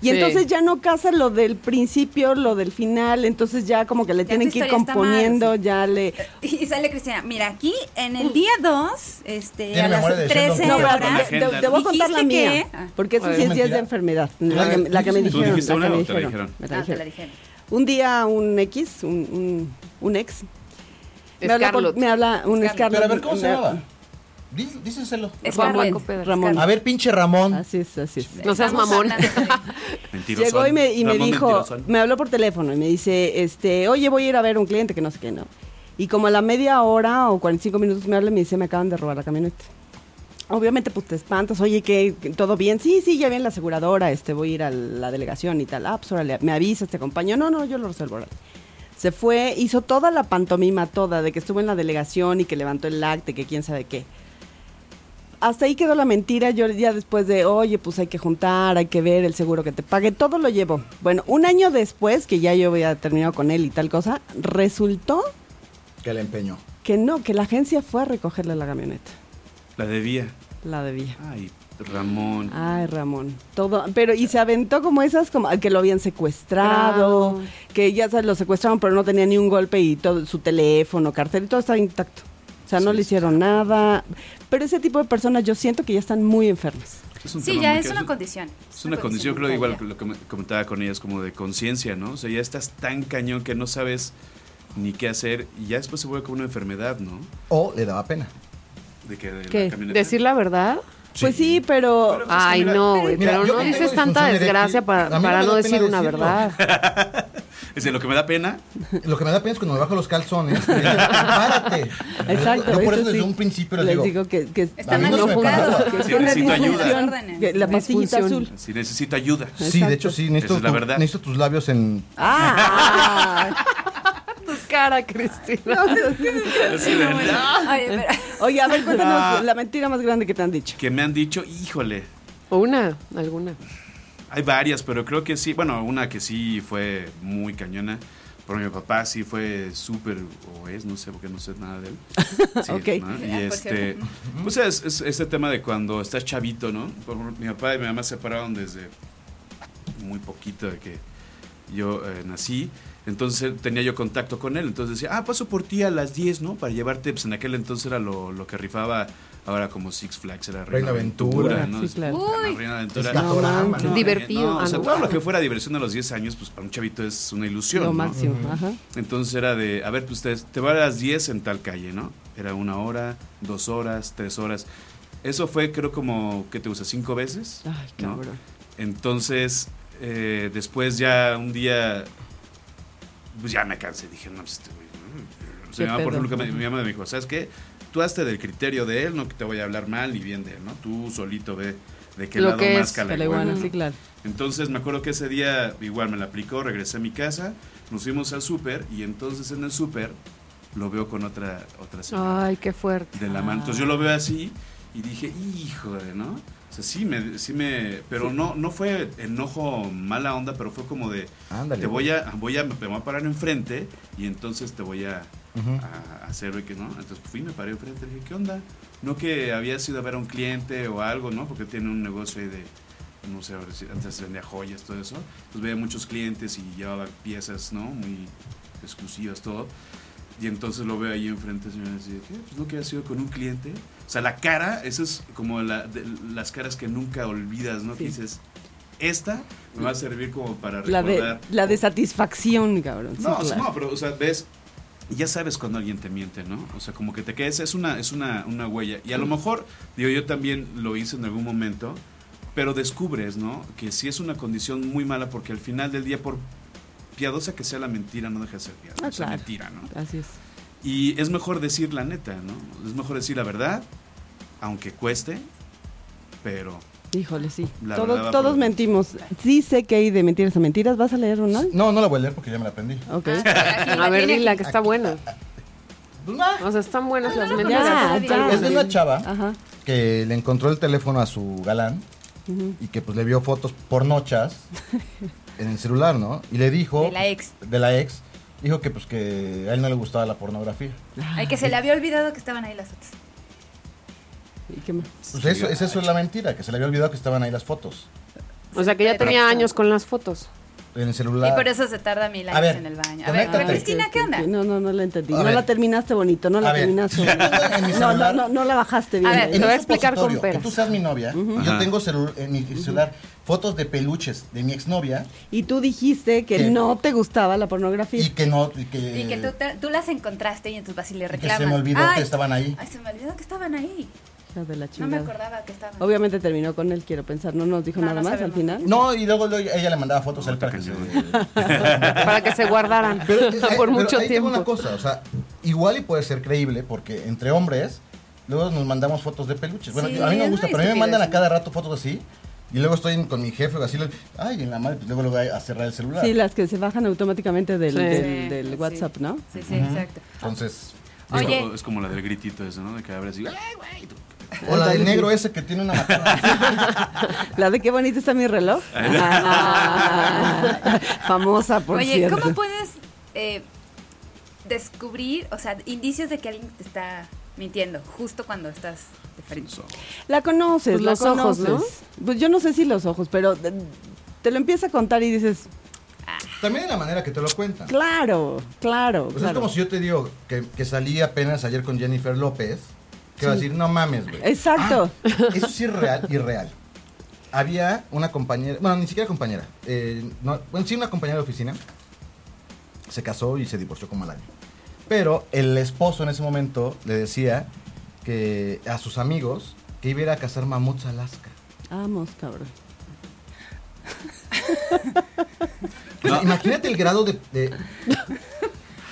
Y Sí. entonces ya no casa lo del principio, lo del final, entonces ya como que le Ya tienen tu que ir historia está mal, componiendo, sí. ya le... Y sale Cristina, mira, aquí en el día 2, este, Tiene a las memoria de Sheldon 13 Cooper. No, pero horas. espérate, te, agenda, te voy a contar la mía, ¿Dijiste que? Ah. porque eso A sí ver. es días de enfermedad, la que, la que me ¿Tú dijeron. dijiste la que una me o te la dijeron? me la Ah, te la dijeron. dijeron. Un día un X, un, un, un ex, me habla, por- Scarlett. me habla un Scarlett. Scarlett. Pero a ver, ¿cómo se me- llamaba? Dí- Dícenselo. Scarlett. Cooper. Ramón. A ver, pinche Ramón. Así es, así es. No seas Estamos mamón. hablando de- Mentirosón. Llegó y me, y me Ramón dijo, mentirosón. me habló por teléfono y me dice, este, oye, voy a ir a ver a un cliente que no sé qué, ¿no? Y como a la media hora o 45 minutos me habla y me dice, me acaban de robar la camioneta. obviamente pues te espantas, oye, que todo bien, sí, sí, ya viene la aseguradora, este, voy a ir a la delegación y tal, ah, pues órale, me avisas, te acompaño, no, no, yo lo resuelvo, órale. Se fue, hizo toda la pantomima toda de que estuvo en la delegación y que levantó el acte, que quién sabe qué. Hasta ahí quedó la mentira, yo ya después de, oye, pues hay que juntar, hay que ver el seguro que te pague, todo lo llevo. Bueno, un año después, que ya yo había terminado con él y tal cosa, resultó Que le empeñó. que no, que la agencia fue a recogerle la camioneta, La debía. la debía. Ay, Ramón. Ay, Ramón, todo, pero y se aventó como esas, como que lo habían secuestrado, Claro. que ya sabes, lo secuestraron, pero no tenía ni un golpe y todo, su teléfono, cartera y todo estaba intacto. O sea, no Sí, le sí, hicieron nada. Pero ese tipo de personas yo siento que ya están muy enfermas. Es un Sí, tema ya muy es caro. una condición. Es una condición, creo, igual que ya. lo que me- comentaba con ellas, como de conciencia, ¿no? O sea, ya estás tan cañón que no sabes ni qué hacer y ya después se vuelve como una enfermedad, ¿no? O le daba pena. De que de ¿Qué? la camioneta. ¿Decir la verdad? Pues sí, pero... Pero- Ay, mira, no, güey, Mira, pero yo no tengo dices tanta disfunción desgracia eréctil. para, A mí no para me no da decir pena una decirlo. verdad. Es de lo que me da pena. Lo que me da pena es cuando me bajo los calzones. me dicen, Párate. Exacto. Yo por eso eso desde sí. un principio les, les digo. que, que Están que no funciona, malucados. que Sí, es una necesito disfunción, ayuda. que la Disfunción. pastillita azul. Si necesito ayuda. Sí, Exacto. de hecho sí. Necesito, Esa es la tu- verdad. necesito tus labios en. Ah, Tu cara, Cristina. Así de, "Ah". Oye, pero- oye, a ver, cuéntanos Ah. la mentira más grande que te han dicho. Que me han dicho, híjole, O una, alguna. Hay varias, pero creo que sí. Bueno, una que sí fue muy cañona. Pero mi papá sí fue súper, o es, no sé, porque no sé nada de él. Sí, Ok. ¿no? Ah, Y por este, cierto. pues es, es este tema de cuando estás chavito, ¿no? Por ejemplo, mi papá y mi mamá se separaron desde muy poquito de que yo eh, nací. Entonces él- tenía yo contacto con él. Entonces decía, ah, paso por ti a las 10, ¿no? Para llevarte, pues en aquel entonces era lo, lo que rifaba. Ahora como Six Flags era Reina Reina, Aventura, Aventura. ¿no? Sí, claro. Uy. Reina Aventura. Escatorama. No, Divertido. no, o Ah, sea, no. todo lo que fuera diversión a los 10 años, pues para un chavito es una ilusión. Lo ¿no? máximo, ajá. Entonces era de, a ver, pues te, te va a las 10 en tal calle, ¿no? Era una hora, dos horas, tres horas. Eso fue, creo, como, ¿qué te gusta? ¿Cinco veces? Ay, ¿no? cabrón. Entonces, eh, después ya un día, pues ya me cansé. Dije, no, pues este güey, ¿no? O sea, ¿Qué mi mamá, por pedo? ejemplo, mi, mi mamá me dijo, ¿sabes qué? Tú hazte del criterio de él, no que te voy a hablar mal ni bien de él, ¿no? Tú solito ve de qué Lo lado que más es, Pero calaiguana, igual, ¿no? sí, claro. Entonces me acuerdo que ese día igual me la aplicó, regresé a mi casa, nos fuimos al súper y entonces en el súper lo veo con otra, otra señora Ay, qué fuerte. de la mano. Entonces yo lo veo así y dije, híjole, ¿no? O sea, sí me, sí me, pero no, no fue enojo mala onda, pero fue como de, Ándale. te voy a, voy a, me voy a parar enfrente y entonces te voy a, Ujú. a hacer y que no. Entonces pues, fui, me paré enfrente, le dije, ¿qué onda? No que había sido a ver a un cliente o algo, ¿no? Porque tiene un negocio ahí de, no sé, ahora sí, antes vendía joyas, todo eso. Pues veía muchos clientes y llevaba piezas, ¿no? Muy exclusivas, todo. Y entonces lo veo ahí enfrente, señora, así de, ¿qué? Pues no que había sido con un cliente. O sea, la cara, esa es como la, de- las caras que nunca olvidas, ¿no? Que Sí. dices, esta me va a servir como para La de, recordar. la de satisfacción, cabrón. sí, No, o sea, claro. no, pero, o sea, ves, ya sabes cuando alguien te miente, ¿no? O sea, como que te quedes, es una, es una, una huella. Y a Mm. lo mejor, digo, yo también lo hice en algún momento, pero descubres, ¿no? Que sí es una condición muy mala porque al final del día, por piadosa que sea la mentira, no deja de ser piadosa. Ah, o sea, claro. mentira, ¿no? Así es. Y es mejor decir la neta, ¿no? Es mejor decir la verdad, aunque cueste, pero... Híjole, sí. La Todo- verdad va todos por- mentimos. Sí sé que hay de mentiras a mentiras. ¿Vas a leer una? No, no la voy a leer porque ya me la aprendí. Ok. la A ver, tiene dila, aquí. que está buena. Pues, nah. O sea, están buenas las Ya, mentiras. ya. Es de una chava Ajá. que le encontró el teléfono a su galán y que pues le vio fotos pornochas en el celular, ¿no? Y le dijo... De la ex. De la ex. Dijo que pues que a él no le gustaba la pornografía. Ay, que se le había olvidado que estaban ahí las fotos. ¿Y qué más? Pues eso, esa es la mentira, que se le había olvidado que estaban ahí las fotos O sea, que ya tenía años con las fotos. en el Y celular. por eso se tarda mil A años ver, en el baño. A ver, conéctate. pero Cristina, ¿qué onda? Ok, No, no, no la entendí. A no ver. la terminaste bonito, no la A ver. terminaste. En mi No, no, celular- no, no la bajaste bien. A ver, ahí. En Te voy a un explicar con supositorio, peras. Que tú seas mi novia. y Ajá. Yo tengo celu- en mi celular fotos de peluches de mi exnovia Y tú dijiste que ¿Qué? no te gustaba la pornografía. y que no. Y que, Y que tú, te- tú las encontraste y entonces vas y le Eh, y que reclamas. se me olvidó Ay, que estaban ahí. Ay, se me olvidó que estaban ahí. Hija de la No me chingada. acordaba que estaban. Obviamente terminó con él, quiero pensar. No nos dijo No, nada no más al sabemos. final. No, y luego, luego ella le mandaba fotos al para que se- Para que se guardaran Pero, eh, por pero mucho ahí tengo tiempo. una cosa, o sea, igual y puede ser creíble porque entre hombres luego nos mandamos fotos de peluches. Bueno, Sí, a mí no me es gusta, una pero a mí me mandan a estupidez. cada rato fotos así. Y luego estoy en- con mi jefe o así. le- Ay, en la madre, pues luego le voy a cerrar el celular. Sí, las que se bajan automáticamente del, Sí. del- Sí, del sí. WhatsApp, ¿no? Sí, sí, exacto. Entonces, Es Oye. como- Es como la del gritito ese, ¿no? De que abre así. "Ay, güey", y tú- o la del negro ese que tiene una macana. La de qué bonito está mi reloj. Ah, famosa, por Oye, cierto. ¿cómo puedes eh, descubrir, o sea, indicios de que alguien te está mintiendo justo cuando estás de frente? so- La conoces, Pues la los ojos, conoces. Pues yo no sé si los ojos, pero te, te lo empieza a contar y dices, También en la manera que te lo cuentan. claro, claro, Pues es claro. como si yo te digo que, que salí apenas ayer con Jennifer López, que va a decir, no mames, güey. Exacto. Ah, eso sí es real, irreal. Había una compañera, bueno, ni siquiera compañera, eh, no, bueno, sí una compañera de oficina, se casó y se divorció como al año. Pero el esposo en ese momento le decía que a sus amigos que iba a ir a cazar mamuts a Alaska. Ah, Vamos, cabrón. O sea, Imagínate el grado de... de,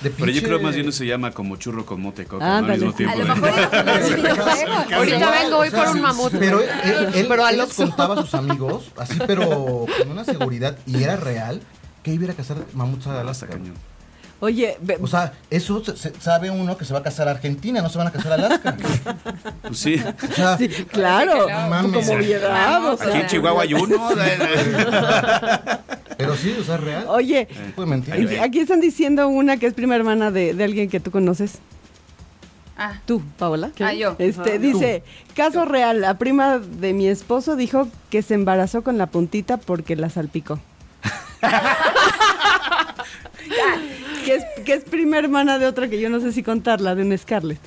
de Pero yo pinche- creo más bien eso se llama como churro con mote coca ¿no? Ándale. al mismo A tiempo. lo mejor es un videojuego. Ahorita Igual, vengo, voy por un mamut. Pero él, él- Pero él al les Oxxo. contaba a sus amigos, así pero con una seguridad, y era real, que iba a ir a cazar mamuts a Hasta Alaska. cañón. Oye, ve- O sea, eso se- se- sabe uno que se va a casar a Argentina, no se van a casar a Alaska. Pues sí. O sea, sí, claro, no mames. como obviedad, o Vamos, Aquí sea. en Chihuahua hay uno. pero sí, o sea, es real. Oye, Puede mentir. Ahí, ahí. aquí están diciendo una que es prima hermana de, de alguien que tú conoces. Ah, Tú, Paola. Ah, yo. Este, Ajá. dice, caso real, la prima de mi esposo dijo que se embarazó con la puntita porque la salpicó. que, es, que es prima hermana de otra que yo no sé si contarla, de una Scarlett.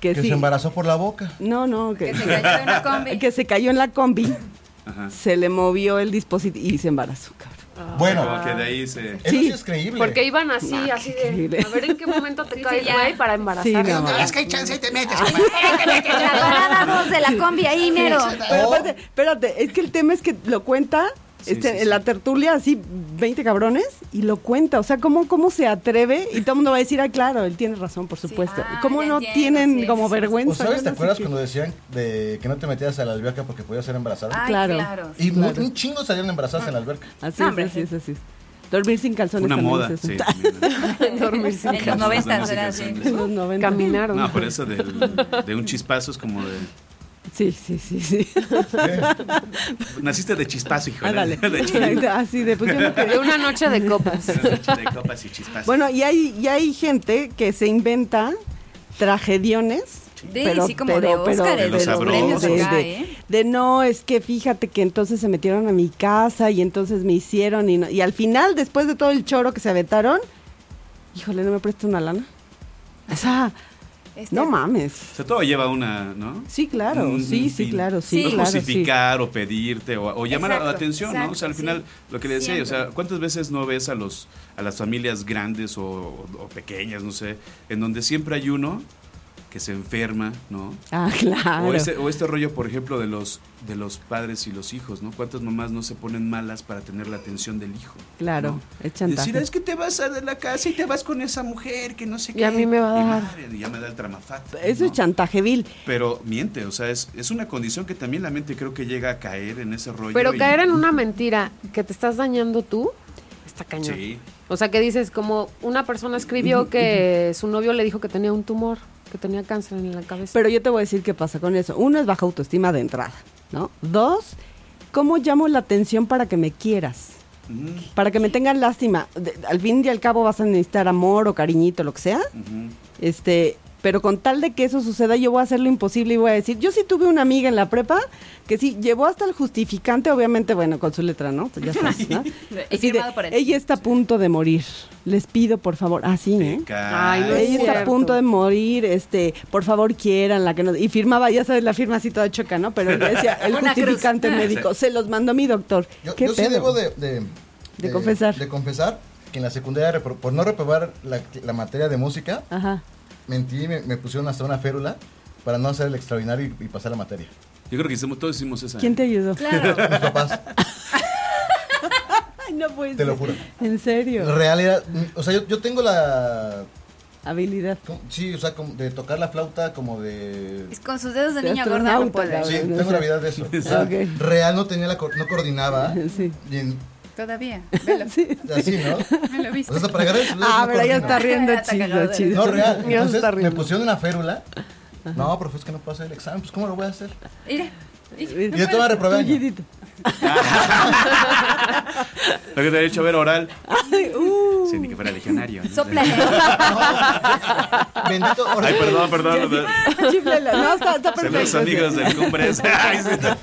Que, Que sí. se embarazó por la boca. No, no, que, que se cayó de una combi. que se cayó en la combi, Ajá. se le movió el dispositivo y se embarazó, cabrón. Bueno, Como que de ahí se. eso Sí. sí es creíble. Ah, Porque iban así, así qué increíble. de. A ver en qué momento te cae el ya. güey para embarazar. Sí, no. Es que hay chance y te metes. La dorada dos de la combi ahí, mero. Pero aparte, espérate, es que el tema es que lo cuenta Oh. Sí, este, sí, en sí. la tertulia, así, 20 cabrones, y lo cuenta. O sea, ¿cómo, ¿cómo se atreve? Y todo el mundo va a decir, ah, claro, él tiene razón, por supuesto. Ah, ¿Cómo ya no entiendo, tienen sí, como sí, sí. vergüenza? ¿O Yo sabes, no te sé acuerdas qué- cuando decían de que no te metías a la alberca porque podías ser embarazada? Ay, Claro. claro. Ah, y mu- claro. un chingo salían embarazadas en la alberca. Así No, es, hombre. así es, así es. Dormir sin Fue calzones. una también moda. es un- Sí. también. Dormir sin En los calzones. noventas era así. en los 90. Caminaron. No, pues, por eso del- de un chispazo es como de. Sí, sí, sí, sí. Naciste de chispazo, hijo. Ándale. De, chispazo. Exacto, así de, pues yo no quería. De una noche de copas. de copas y chispazos. Bueno, y hay, y hay gente que se inventa tragediones. De- sí, como de Óscares, de los premios de, acá, de- ¿eh? de no, es que fíjate que entonces se metieron a mi casa y entonces me hicieron y, no- y al final, después de todo el choro que se aventaron, híjole, ¿no me prestas una lana? O sea, Este- no mames. O sea, todo lleva una, ¿no? Sí, claro, Un- sí, un sí, fin. claro, sí, No claro, sí. justificar o pedirte o, o llamar la Exacto, atención, ¿no? O sea, al exacto, final, sí. lo que le decía, o sea, Siempre. ¿cuántas veces no ves a los a las familias grandes o, o pequeñas, no sé, en donde siempre hay uno que se enferma, ¿no? Ah, claro. O, este, o este rollo, por ejemplo, de los, de los padres y los hijos, ¿no? ¿Cuántas mamás no se ponen malas para tener la atención del hijo? Claro, ¿no? es chantaje. Decir, es que te vas a de la casa y te vas con esa mujer que no sé Y qué. a mí me va a Y dar. madre, ya me da el tramafat. Eso ¿no? es chantaje vil. Pero miente, o sea, es, es una condición que también la mente creo que llega a caer en ese rollo. Pero y- caer en una mentira que te estás dañando tú, está cañón. Sí. O sea, que dices, como una persona escribió que su novio le dijo que tenía un tumor, que tenía cáncer en la cabeza. Pero yo te voy a decir qué pasa con eso. Uno es baja autoestima de entrada, ¿no? Dos, ¿cómo llamo la atención para que me quieras? Ujú, Para que me tengan lástima. De- al fin y al cabo vas a necesitar amor o cariñito, lo que sea. ujú. Este, pero con tal de que eso suceda, yo voy a hacer lo imposible y voy a decir, yo sí tuve una amiga en la prepa que sí llevó hasta el justificante, obviamente, bueno, con su letra, ¿no? Ya sabes, ¿no? Y Así de, firmado por él. ella está a punto de morir. Les pido, por favor, así, ¿eh? Te cae. Ay, no es Ella está a cierto. punto de morir, este, por favor quieran la que no. Y firmaba, ya sabes, la firma así toda choca, ¿no? Pero le decía, el Una cruz. justificante médico, se los mandó mi doctor. Yo, ¿Qué yo sí pedo? debo de, de, De confesar. De confesar que en la secundaria, repro- por no reprobar la, la materia de música, Ajá. mentí, me, me pusieron hasta una férula para no hacer el extraordinario y, y pasar la materia. Yo creo que hicimos, todos hicimos esa. ¿Quién te ayudó? Claro. Mis papás, Ay, no puede te lo ser. juro. En serio. Real era, o sea, yo, yo tengo la Habilidad. ¿Cómo? Sí, o sea, como de tocar la flauta como de... Es con sus dedos de De niña gorda no astronauta, puede. cabrón. Sí, no tengo sé. gravedad de eso. O sea, Ah, Ok. Real no tenía la... co- no coordinaba. Sí. Y en- Todavía. Velo. Sí. así, ¿no? Me lo O viste. sea, hasta para agarrar el celular Ah, no pero ella coordina. está riendo Está chido, cagado de chido. No, real. Ya se Entonces está me riendo. pusieron una férula. No, profe, es que no puedo hacer el examen. Pues, ¿cómo lo voy a hacer? Mira. Y yo todavía reprobé Tú, año. Gidito. Lo que te había dicho, a ver, oral. Ay, uh. Sí, ni que fuera legionario. ¿no? Sóplale. Bendito. ahora- Ay, perdón, perdón. Chiflela. No, está, está perfecto. Saludos, amigos del Cumbres. Ay, sí, está-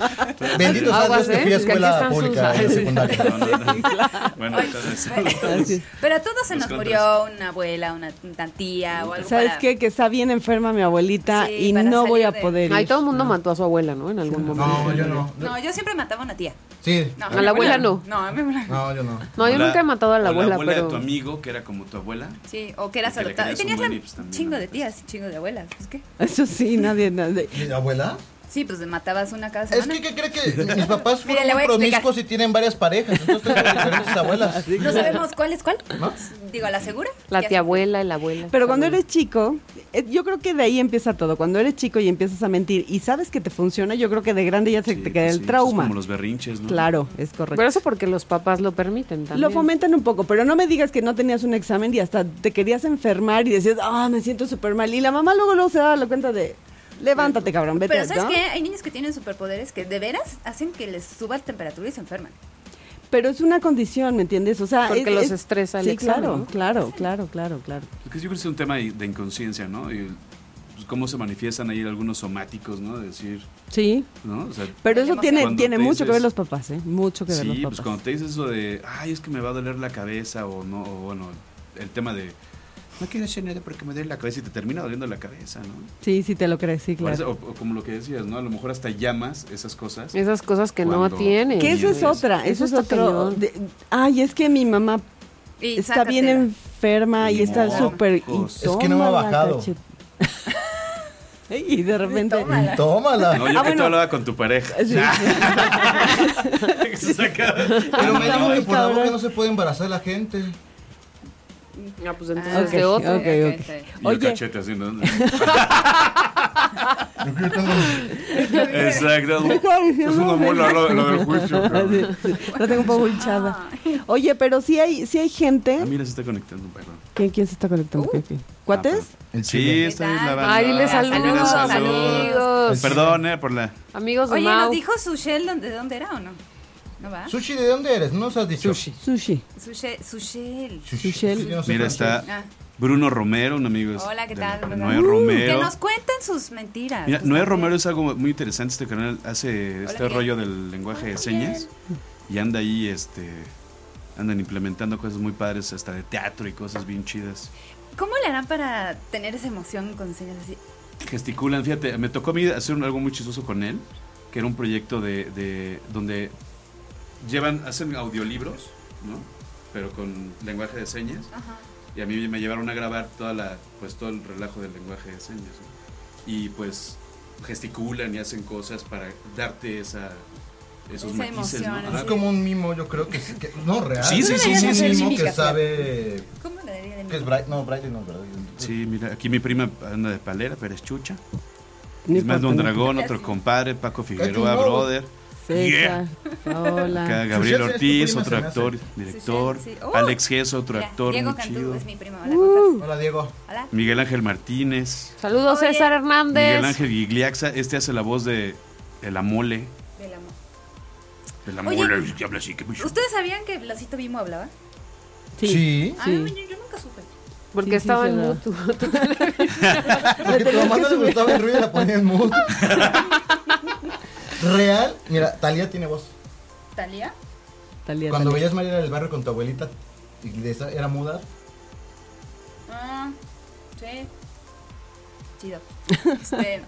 Benditos años Aguas, que ¿eh? fui a Es que aquí escuela están sus- pública en Ay, sí. secundaria. No, no, no. Bueno, entonces. Así es. Pero a todos se Los nos contras. murió una abuela, una, una tía o algo ¿Sabes para- qué? Que está bien enferma mi abuelita Sí, y para no salir voy a de- poder ir. Ay, todo el mundo mató a su abuela, ¿no? En algún momento. No, yo no. No, yo siempre mataba a una tía. Sí. No, A mi la abuela no. No, a mi abuela. No, yo no. No, yo Hola. nunca he matado a la O abuela, La abuela pero. de tu amigo, que era como tu abuela. Sí, o que eras Y que le adoptada. Y querías un tenías buen un lips también, chingo ¿no? de tías, un chingo de abuelas. Pues, ¿qué? Eso sí, nadie. nadie. ¿Mi abuela? Sí, pues matabas una cada Es semana. que, ¿qué cree que mis papás fueron muy Mira, le voy a explicar. promiscuos y tienen varias parejas? Entonces tengo diferentes abuelas. No sabemos cuál es cuál. ¿No? Digo, ¿a la segura? La Ya tía sé. abuela, la abuela. Pero cuando abuela. eres chico, eh, yo creo que de ahí empieza todo. Cuando eres chico y empiezas a mentir y sabes que te funciona, yo creo que de grande ya se Sí, te queda pues el sí, trauma. pues Como los berrinches, ¿no? Claro, es correcto. Pero eso porque los papás lo permiten también. Lo fomentan un poco, pero no me digas que no tenías un examen y hasta te querías enfermar y decías, ah, me siento súper mal. Y la mamá luego luego se da la cuenta de, levántate, cabrón, vete. Pero ¿sabes ¿no? qué? Hay niños que tienen superpoderes que de veras hacen que les suba la temperatura y se enferman. Pero es una condición, ¿me entiendes? O sea, Porque es- los es- estresa el sí, examen, claro, ¿no? claro, claro, claro, claro. Porque yo creo que es un tema de de inconsciencia, ¿no? Y pues, cómo se manifiestan ahí algunos somáticos, ¿no? De decir, Sí. ¿no? O sea, Pero eso Cuando tiene, te tiene mucho dices- que ver los papás, ¿eh? Mucho que ver los sí, papás. pues cuando te dices eso de, ay, es que me va a doler la cabeza o no, o bueno, el tema de, no quiero hacer nada porque me duele la cabeza y te termina doliendo la cabeza, ¿no? Sí, sí, te lo crees, sí, Parece- claro. o, o como lo que decías, ¿no? A lo mejor hasta llamas esas cosas. Esas cosas que no Cuando- tienen. Que eso es Eso otra, eso eso es está otro. cañón. de- ay, es que mi mamá Y está bien sácatela. enferma y está Mocos. súper. y Es que no me ha tómala, bajado. cachet- y de repente. Tómala. Tómala. No, yo Ah, que bueno. te hablaba con tu pareja. Sí. Que se saca- Pero me dijo muy que por la boca cabrón. no se puede embarazar la gente. Ah, pues Ah, entonces ok, de otro. ok, ok. está bien. Y el Oye. cachete así, ¿no? Yo tengo- Exacto. Ay, Es una no, mula no. lo, lo del juicio. Sí, cabrón. sí, La tengo un poco hinchada. Oye, pero sí hay, sí hay gente. Ah, mira, se está conectando, perdón. ¿Quién, quién se está conectando? ¿Qué- qué? ¿Cuates? El Sí, chile. está ahí la banda. Ay, dile Saludos, saludos, Mira, amigos. Perdón, eh, por la... Amigos de Oye, Mau. ¿nos dijo su shell dónde, dónde era o no? ¿No va? Sushi, ¿de dónde eres? No nos has dicho. Sushi. Sushi. Su, she- su shell. Sushi. Sushi. Sí, yo no sé Mira, francés. está Ah. Bruno Romero, un amigo. es Hola, ¿qué de tal? la- Bruno? Noé Que Romero. nos cuenten sus mentiras. Mira, pues, Noé también. Romero es algo muy interesante este canal. Hace este ¿qué? rollo del lenguaje de señas. Y anda ahí, este. Andan implementando cosas muy padres, hasta de teatro y cosas bien chidas. ¿Cómo le harán para tener esa emoción con señas así? Gesticulan, fíjate, me tocó a mí hacer un- algo muy chistoso con él, que era un proyecto de, de- donde llevan, hacen audiolibros, ¿no? Pero con lenguaje de señas. Ajá. Y a mí me llevaron a grabar toda la, pues, todo el relajo del lenguaje de señas. ¿no? Y pues gesticulan y hacen cosas para darte esa, esos Esa matices. ¿no? emoción, Ajá. Es como un mimo, yo creo que es. que- no, real. Sí, sí, sí, Es sí, un sí, mimo sí. que sabe. ¿Cómo le daría de mí? Que es Bright. No, Bright no, ¿verdad? Sí, mira, aquí mi prima anda de palera, pero es chucha. No es más importa, de un no dragón, otro compadre, Paco Figueroa, nuevo. brother. Ah. Sí, Yeah. claro. Acá Hola. Gabriel Sushi, Ortiz, es tu prima, otro se me hace. actor, director. Sushi, sí. ¡Oh! Alex Gess, otro Mira, actor Diego muy Cantú chido. es mi primo. Hola, ¿cómo estás? Hola, Diego. Hola. Miguel Ángel Martínez. Saludos, Oye. César Hernández. Miguel Ángel Gigliaxa. Este hace la voz de, de la mole. Del amor. De la Oye, mole, que habla así, que mucho. ¿Ustedes sabían que Blasito Bimo hablaba? Sí. Sí. Ah, Sí. yo, yo nunca supe. Porque Sí, sí, estaba en se da. mutuo. Porque tu mamá no le gustaba el ruido y la ponía en mood. Real, mira, Talía tiene voz. ¿Talía? Talía, Cuando Talía. veías María del barrio con tu abuelita y de esa- era muda, Ah, sí. Chido. Este,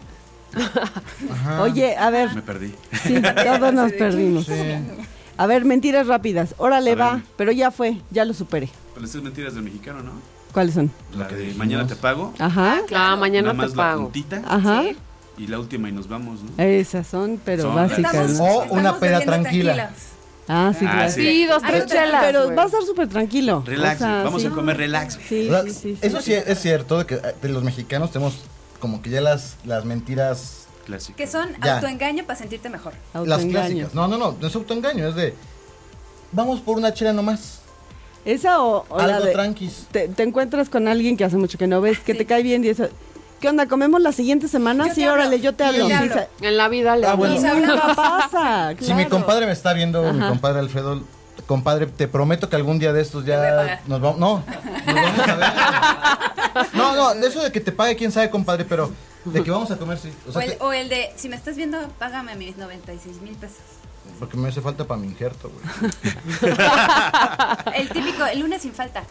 ajá. Oye, a Ah. ver, Me perdí. sí, todos nos perdimos. Sí. A ver, mentiras rápidas. A Órale, va, ver. pero ya fue, ya lo superé. Pero estas mentiras del mexicano, ¿no? ¿Cuáles son? La que de dijimos. mañana te pago. Ajá, Ah, mañana nada más te la pago. puntita. ajá. Sí. Y la última y nos vamos, ¿no? Esas son, pero Son básicas. estamos, ¿no? O una estamos peda bebiendo tranquila. tranquilas. Ah, sí, Ah, claro. sí. Sí, dos, Ah, tres no te- chelas. Pero güey. va a estar súper tranquilo. Relax, O sea, vamos sí. a comer relax. Sí, O sea, sí, sí, sí. Eso sí es cierto, de que eh, de los mexicanos tenemos como que ya las, las mentiras, Clásico. Que son Ya. autoengaño para sentirte mejor. las Autoengaño. clásicas. No, no, no, no es autoengaño, es de vamos por una chela nomás, Esa o, o la algo de- tranquis. te, te encuentras con alguien que hace mucho que no ves, que Ah, Sí. te cae bien y eso. ¿Qué onda? ¿Comemos la siguiente semana? Yo sí, te hablo. órale, yo te Yo hablo. te Sí, hablo. sa- En la vida le Ah, hablo. bueno. Sí, Nunca pasa. Si mi claro. compadre me está viendo, mi Ajá. compadre Alfredo, compadre, te prometo que algún día de estos voy a ya pagar. nos vamos, no, nos vamos a ver. No, no, de eso de que te pague quién sabe, compadre, pero de que vamos a comer sí. O O sea, el, te- o el de, si me estás viendo, págame mis 96 mil pesos. porque me hace falta para mi injerto, güey. El típico, el lunes sin falta.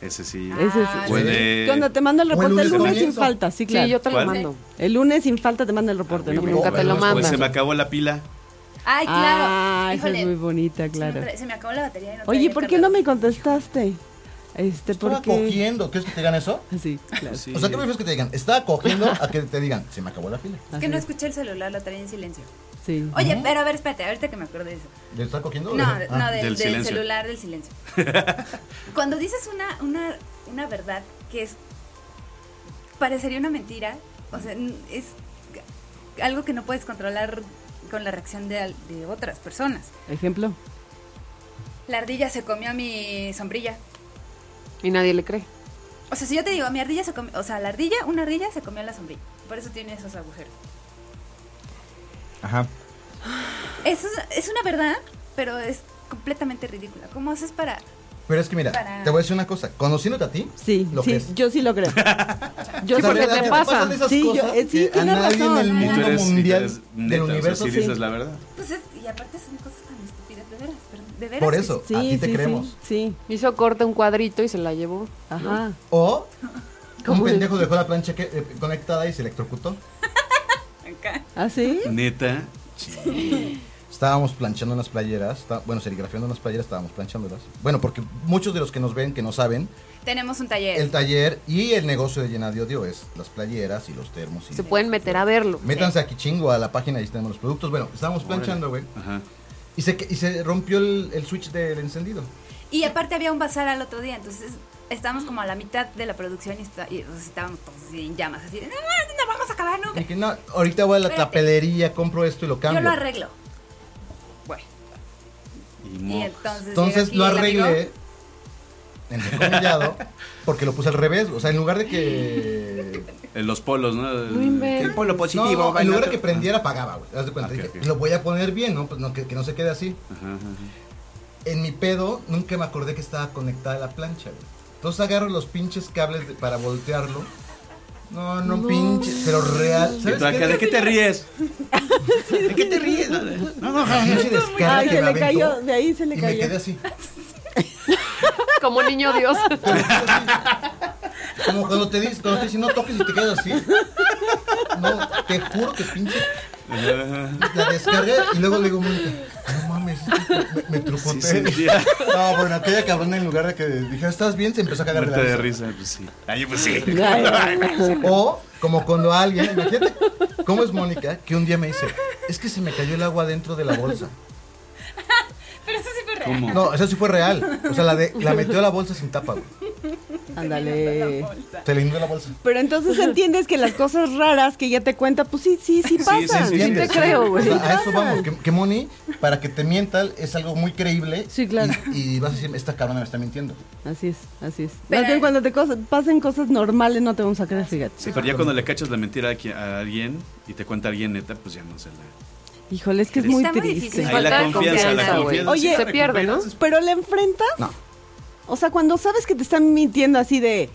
Ese sí. Ese sí. Ah, O el de- ¿Qué onda? Te mando el O el reporte el lunes lunes sin comienzo. falta, sí, claro. Sí, yo te lo ¿Cuál? mando. El lunes sin falta te manda el reporte, ¿no? Uy, nunca o- te lo o mandan. pues, Se me acabó la pila. Ay, claro. Ah, esa Híjole, es muy bonita, se me claro. tra- Se me acabó la batería. y no Oye, traía ¿por qué no me cargador. contestaste? Este, ¿por Estaba qué? cogiendo, ¿quieres que te digan eso? Sí, claro. Sí. O sea, ¿qué prefieres que te digan? Estaba cogiendo a que te digan, se me acabó la pila. Es que no escuché el celular, lo traía en silencio. Sí. Oye, pero a ver, espérate, ahorita que me acuerdo de eso. ¿Le está cogiendo? No, Ah. no, del, del Del silencio. celular, del silencio. Cuando dices una, una, una verdad que es. parecería una mentira, o sea, n- es algo que no puedes controlar con la reacción de, al- de otras personas. Ejemplo. La ardilla se comió mi sombrilla. Y nadie le cree. O sea, si yo te digo, mi ardilla se comió. O sea, la ardilla, una ardilla se comió la sombrilla. Por eso tiene esos agujeros. Ajá. Eso es, es una verdad, pero es completamente ridícula. ¿Cómo haces para.? Pero es que mira, Para- te voy a decir una cosa. Conociéndote a ti, Sí, Lo sí, que es. yo sí lo creo. Yo sí Sí, ¿sabes? porque lo te Te creo. pasa. pasan esas Sí, yo- cosas eh, sí, que a tienes nadie razón. en el Y Y tú mundo eres, y tú mundial eres del neta, universo. o sea, sí sí. dices la verdad. Pues es- y aparte son cosas tan estúpidas, de veras. pero de veras Por que eso, Sí, a ti te sí, creemos. sí, sí. Hizo corte un cuadrito y se la llevó. Ajá. O un ¿Cómo es? pendejo dejó la plancha que- eh, conectada y se electrocutó. Acá. ¿Ah, sí? Neta. Estábamos planchando unas playeras, está- bueno, serigrafiando unas playeras, estábamos planchándolas. Bueno, porque muchos de los que nos ven, que no saben, Tenemos un taller. el taller y el negocio de Llena de Odio es las playeras y los termos. Y Se pueden meter a verlo. Métanse aquí chingo a la página, ahí tenemos los productos. Bueno, estábamos planchando, güey. Ajá. Y se, que- y se rompió el, el switch del encendido. Y aparte había un bazar al otro día, entonces estábamos como a la mitad de la producción y, está- y, pues, estábamos todos así en llamas, así de, no, no, no vamos a acabar nunca. Y que no, ahorita voy a la Espérate. papelería, compro esto y lo Yo cambio. lo arreglo. Bueno, Y y mo. entonces. llega Entonces aquí lo el amigo, arreglé, entrecomillado, porque lo puse al revés. O sea, en lugar de que. Eh, Los polos, ¿no? No inventes. El polo No, no, en vaina. lugar de que prendiera, apagaba, güey. Haz de cuenta. Ok, dije, ok. Lo voy a poner bien, ¿no? Pues no, que, que no se quede así. Ajá, ajá, ajá. En mi pedo, nunca me acordé que estaba conectada la plancha, güey. Entonces agarro los pinches cables de- para voltearlo. No, no, pinche, pero real. Y tú acá, ¿De Ah. qué te ríes? ¿De qué te ríes? No, no, Ay, no. se descarga Ay, que se me le cayó, aventó, de ahí se Y le me quedé cayó. así. Como niño Dios. Pues Como cuando te dicen, cuando te dicen, no toques y te quedas así. No, te juro que pinche. La descargué y luego le digo, "Mónica, no mames, me, me trucoté. Sí, sentía. No, bueno, aquella cabrona en lugar de que dije, ¿estás bien? Se empezó a cagar de la Muerte de risa. risa, pues sí. Ay, pues sí. Ay, O como cuando alguien, imagínate cómo es Mónica, que un día me dice, es que se me cayó el agua dentro de la bolsa. Pero eso sí fue real. ¿Cómo? No, eso sí fue real. O sea, la, de, la metió a la bolsa sin tapa, güey. Ándale. Se le inundó la bolsa. Pero entonces entiendes que las cosas raras que ella te cuenta, pues sí, sí, sí pasan. sí, sí, te creo, güey. O sea, a eso vamos, que, que Moni, para que te mienta, es algo muy creíble. Sí, claro. Y, y vas a decir, esta cabrona me está mintiendo. Así es, así es. Pero- Más bien cuando te cos- pasen cosas normales no te vamos a creer, fíjate. Sí, pero ya cuando le cachas la mentira a qui- a alguien y te cuenta alguien neta, pues ya no se la. Híjole, es que es muy Está muy triste. difícil. Ahí la Falta de confianza, la confianza, güey. confianza. Oye, sí se pierde, ¿no? recuperas. ¿Pero le enfrentas? No. O sea, cuando sabes que te están mintiendo así de...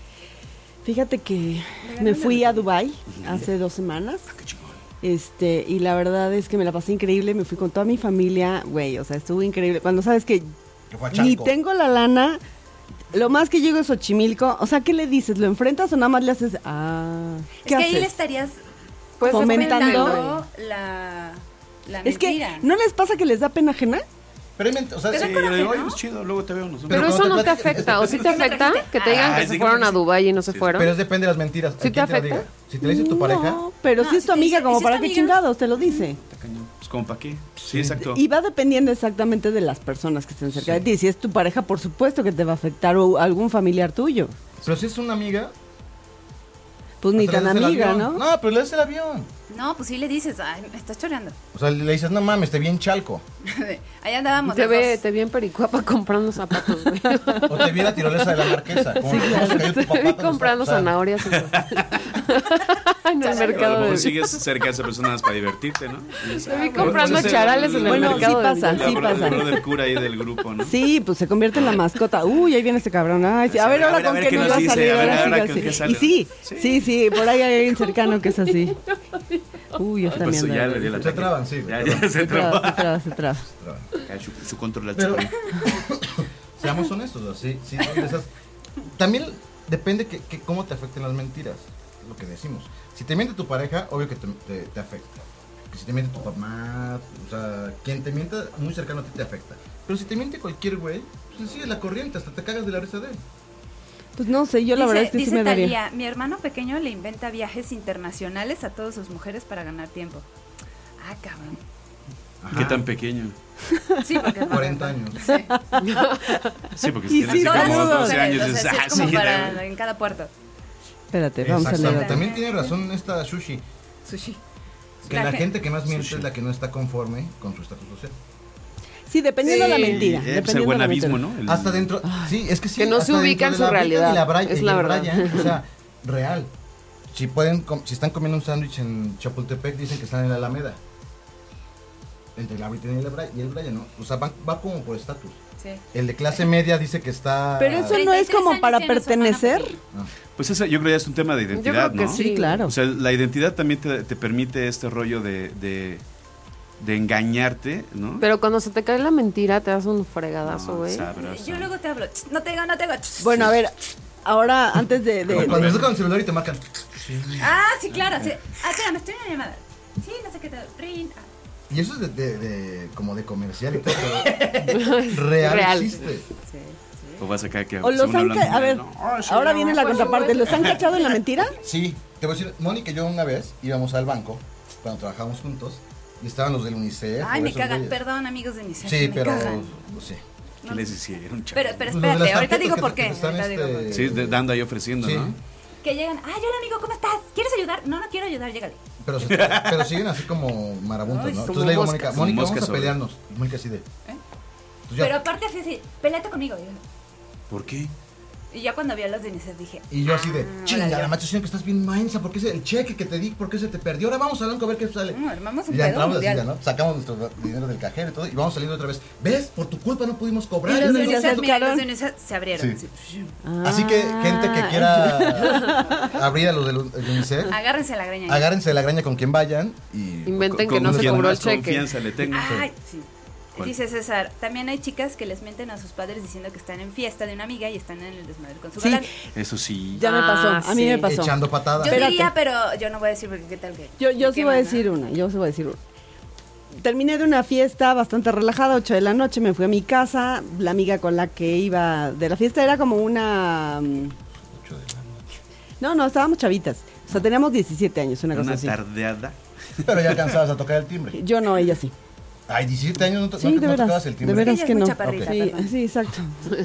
Fíjate que me fui a Dubai hace dos semanas. Ah, Este, y la verdad es que me la pasé increíble, me fui con toda mi familia, güey, o sea, estuvo increíble. Cuando sabes que Que fue a ni Chalco. tengo la lana, lo más que llego es Xochimilco, o sea, ¿qué le dices? ¿Lo enfrentas o nada más le haces, ah, Es ¿qué que haces? ahí le estarías Pues es Fomentando. dando la, la es que, mentira. ¿no les pasa que les da pena ajena? Pero, hay ment- o sea, Pero sí, Sí, coraje, yo le digo, ¿no? oye, es chido, luego te veo nosotros. Pero Pero eso cuando no te te platican- afecta. ¿O sí te ¿No te afecta afecta? que te digan Ay, que se sí, fueron sí. a Dubái y no se Sí, pero fueron? es depende de las mentiras. ¿A ¿Sí te quién lo afecta? diga? Si te lo dice tu pareja, pero No, si es si tu te amiga, dice- como si es para tu qué amiga- chingados, te lo dice. Está cañón. pues como para qué. Sí, exacto. Y va dependiendo exactamente de las personas que estén cerca de ti. Si es tu pareja, por supuesto que te va a afectar o algún familiar tuyo. Pero si es una amiga. Pues ni hasta tan le das el amiga, avión. ¿no? No, pero le das el avión. No, pues sí le dices, ay, me estás choreando. O sea, le dices, no mames, te vi en Chalco. Ahí andábamos. Te, los ve, dos. te vi en Pericuapa comprando zapatos, güey. O te vi en la tirolesa de la marquesa. Como Sí, que claro. se cayó tu papá Te vi cuando comprando estaba- o sea, zanahorias en en el Pero a lo mercado mejor de sigues cerca de esas personas para divertirte, ¿no? Y dices, Te vi ah, comprando pues, charales en el Bueno, sí mercado de pasa, la sí bro- pasa. El bro del cura ahí del grupo, ¿no? Sí, pues se convierte en la mascota. Uy, ahí viene este cabrón. Ay, sí, A ver, Pues A ahora ver, a con ver que qué no nos iba a dice, salir. a ver, ahora sí iba ahora a con salir. qué Y sale. sí, Sí. sí, sí, por ahí hay alguien cercano que es así. Uy, yo Pues también. ya le dio la Se traban, sí, güey, Ya, perdón. ya se Se traba, traba. se traba, se traba. Acá Su, su control al Pero- chupón. Seamos honestos, o sea, sí, sí, son de esas- También depende que, que cómo te afecten las mentiras, lo que decimos. Si te miente tu pareja, obvio que te, te- te afecta. Que si te miente tu mamá, o sea, quien te mienta muy cercano a ti te afecta. Pero si te miente cualquier güey, pues sigue la corriente, hasta te cagas de la risa de él. Pues no sé, yo la dice, verdad es que sí dice me daría. Thalía, mi hermano pequeño le inventa viajes internacionales a todas sus mujeres para ganar tiempo. Ah, cabrón. Ajá. Qué tan pequeño. Sí, porque es 40 años. Sí. Sí, porque Y si sí, tienes así como todas las 12 años, O sea, dices, sí, ah, es como sí, para la- en cada puerto. Espérate, vamos a leer Exactamente. otra. También tiene razón esta Sushi, Sushi. que la, gente que más miente es la que no está conforme con su estatus social. Sí, dependiendo de la Sí. mentira. Eh, pues, dependiendo el de buen la abismo, mentira. ¿no? El- Hasta dentro. Sí, es que sí. Que no se hasta ubica en dentro su de la Britney realidad, y la Bri- es y la el verdad. Brian, o sea, real. Si, pueden, com- si están comiendo un sándwich en Chapultepec, dicen que están en la Alameda. Entre la Britney y, la Bri- y el Brian, ¿no? O sea, va, va como por estatus. Sí. El de clase media dice que está. ah, Pero eso no es 33 como años para tiene su hermana pertenecer. pequeña. Pues esa yo creo ya es un tema de identidad, creo que ¿no? sí. Sí, claro. O sea, la identidad también te, te permite este rollo de, de, de engañarte, ¿no? Pero cuando se te cae la mentira, te das un fregadazo, No, güey. sabroso. Yo luego te hablo. "Ch, No te digo, no te digo. ch". Bueno, a ver, ahora antes de. de- Como Cuando estás con el celular y te marcan. Ah, sí, claro. Sí. Ah, espera, me estoy en una llamada. Sí, no sé qué te. Rin. Ah. Y eso es de, de- de- como de comercial y todo. pero real, Real. existe. Sí. O vas acá que o los según han hablando, ca- A ver, no, Ah, Oh, ahora viene la pues, contraparte. ¿Los han cachado en la mentira? Sí, te voy a decir, Mónica y yo una vez íbamos al banco cuando trabajamos juntos y estaban los del UNICEF. Ay, o me esos cagan. güeyes. Perdón, amigos de mi ser. Sí, me pero. cagan. pues, sí. ¿Qué les hicieron, chaval? Pero, pero Pues lo de las espérate, ahorita tarjetas digo que por te- qué. que están, ahorita digo por qué. este, Sí, de- dando ahí ofreciendo, Sí. ¿no? Que llegan. Ay, hola amigo, ¿cómo estás? ¿Quieres ayudar? No, no quiero ayudar, llégale. Pero, se- pero siguen así como marabuntos, Ay, ¿no? como Entonces le digo moscas. a Mónica, Mónica, Como vamos a moscas sobre- pelearnos. Y Mónica así de. Entonces ya- ¿Eh? Pero aparte así, así, pelate conmigo. Y yo- ¿Por qué? Y ya cuando vi a los de UNICEF dije, y yo así de, chinga, Ah, órale. la macho, siento que estás bien mansa, porque es el cheque que te di, porque se te perdió. Ahora vamos al banco a ver qué sale. "Mm, armamos un Y ya pedo entramos así, mundial. ya, ¿no? Sacamos nuestro dinero del cajero y todo, y vamos saliendo otra vez. ¿Ves? Por tu culpa no pudimos cobrar. Y los No, de no, no, UNICEF, no. mira, los de UNICEF se abrieron. Sí. así, Así que, gente Ah. que quiera abrir a los del del UNICEF, Agárrense a la greña. agárrense la graña con quien vayan y. Inventen Con- que no con se quien cobró el más cheque. confianza le tengo. Ay, sí. ¿Cuál? Dice César, también hay chicas que les mienten a sus padres diciendo que están en fiesta de una amiga y están en el desmadre con su Sí, galán. Eso sí. ya me Ah, pasó. A mí sí. me pasó. Echando patadas. Yo Espérate. diría, pero yo no voy a decir porque qué tal que... Yo, yo me sí voy a queman, decir ¿no? una, yo sí voy a decir una. Terminé de una fiesta bastante relajada, 8 de la noche, me fui a mi casa, la amiga con la que iba de la fiesta era como una... mm, No, no, estábamos chavitas, o sea, teníamos 17 años, una cosa Una así. tardeada. Pero ya cansabas a tocar el timbre. Yo no, ella sí. Ay, 17 años no, to- Sí, no- de no veras, tocabas el de timbre. veras Ella es que muy no. chaparrita, Sí, perdón. sí, exacto.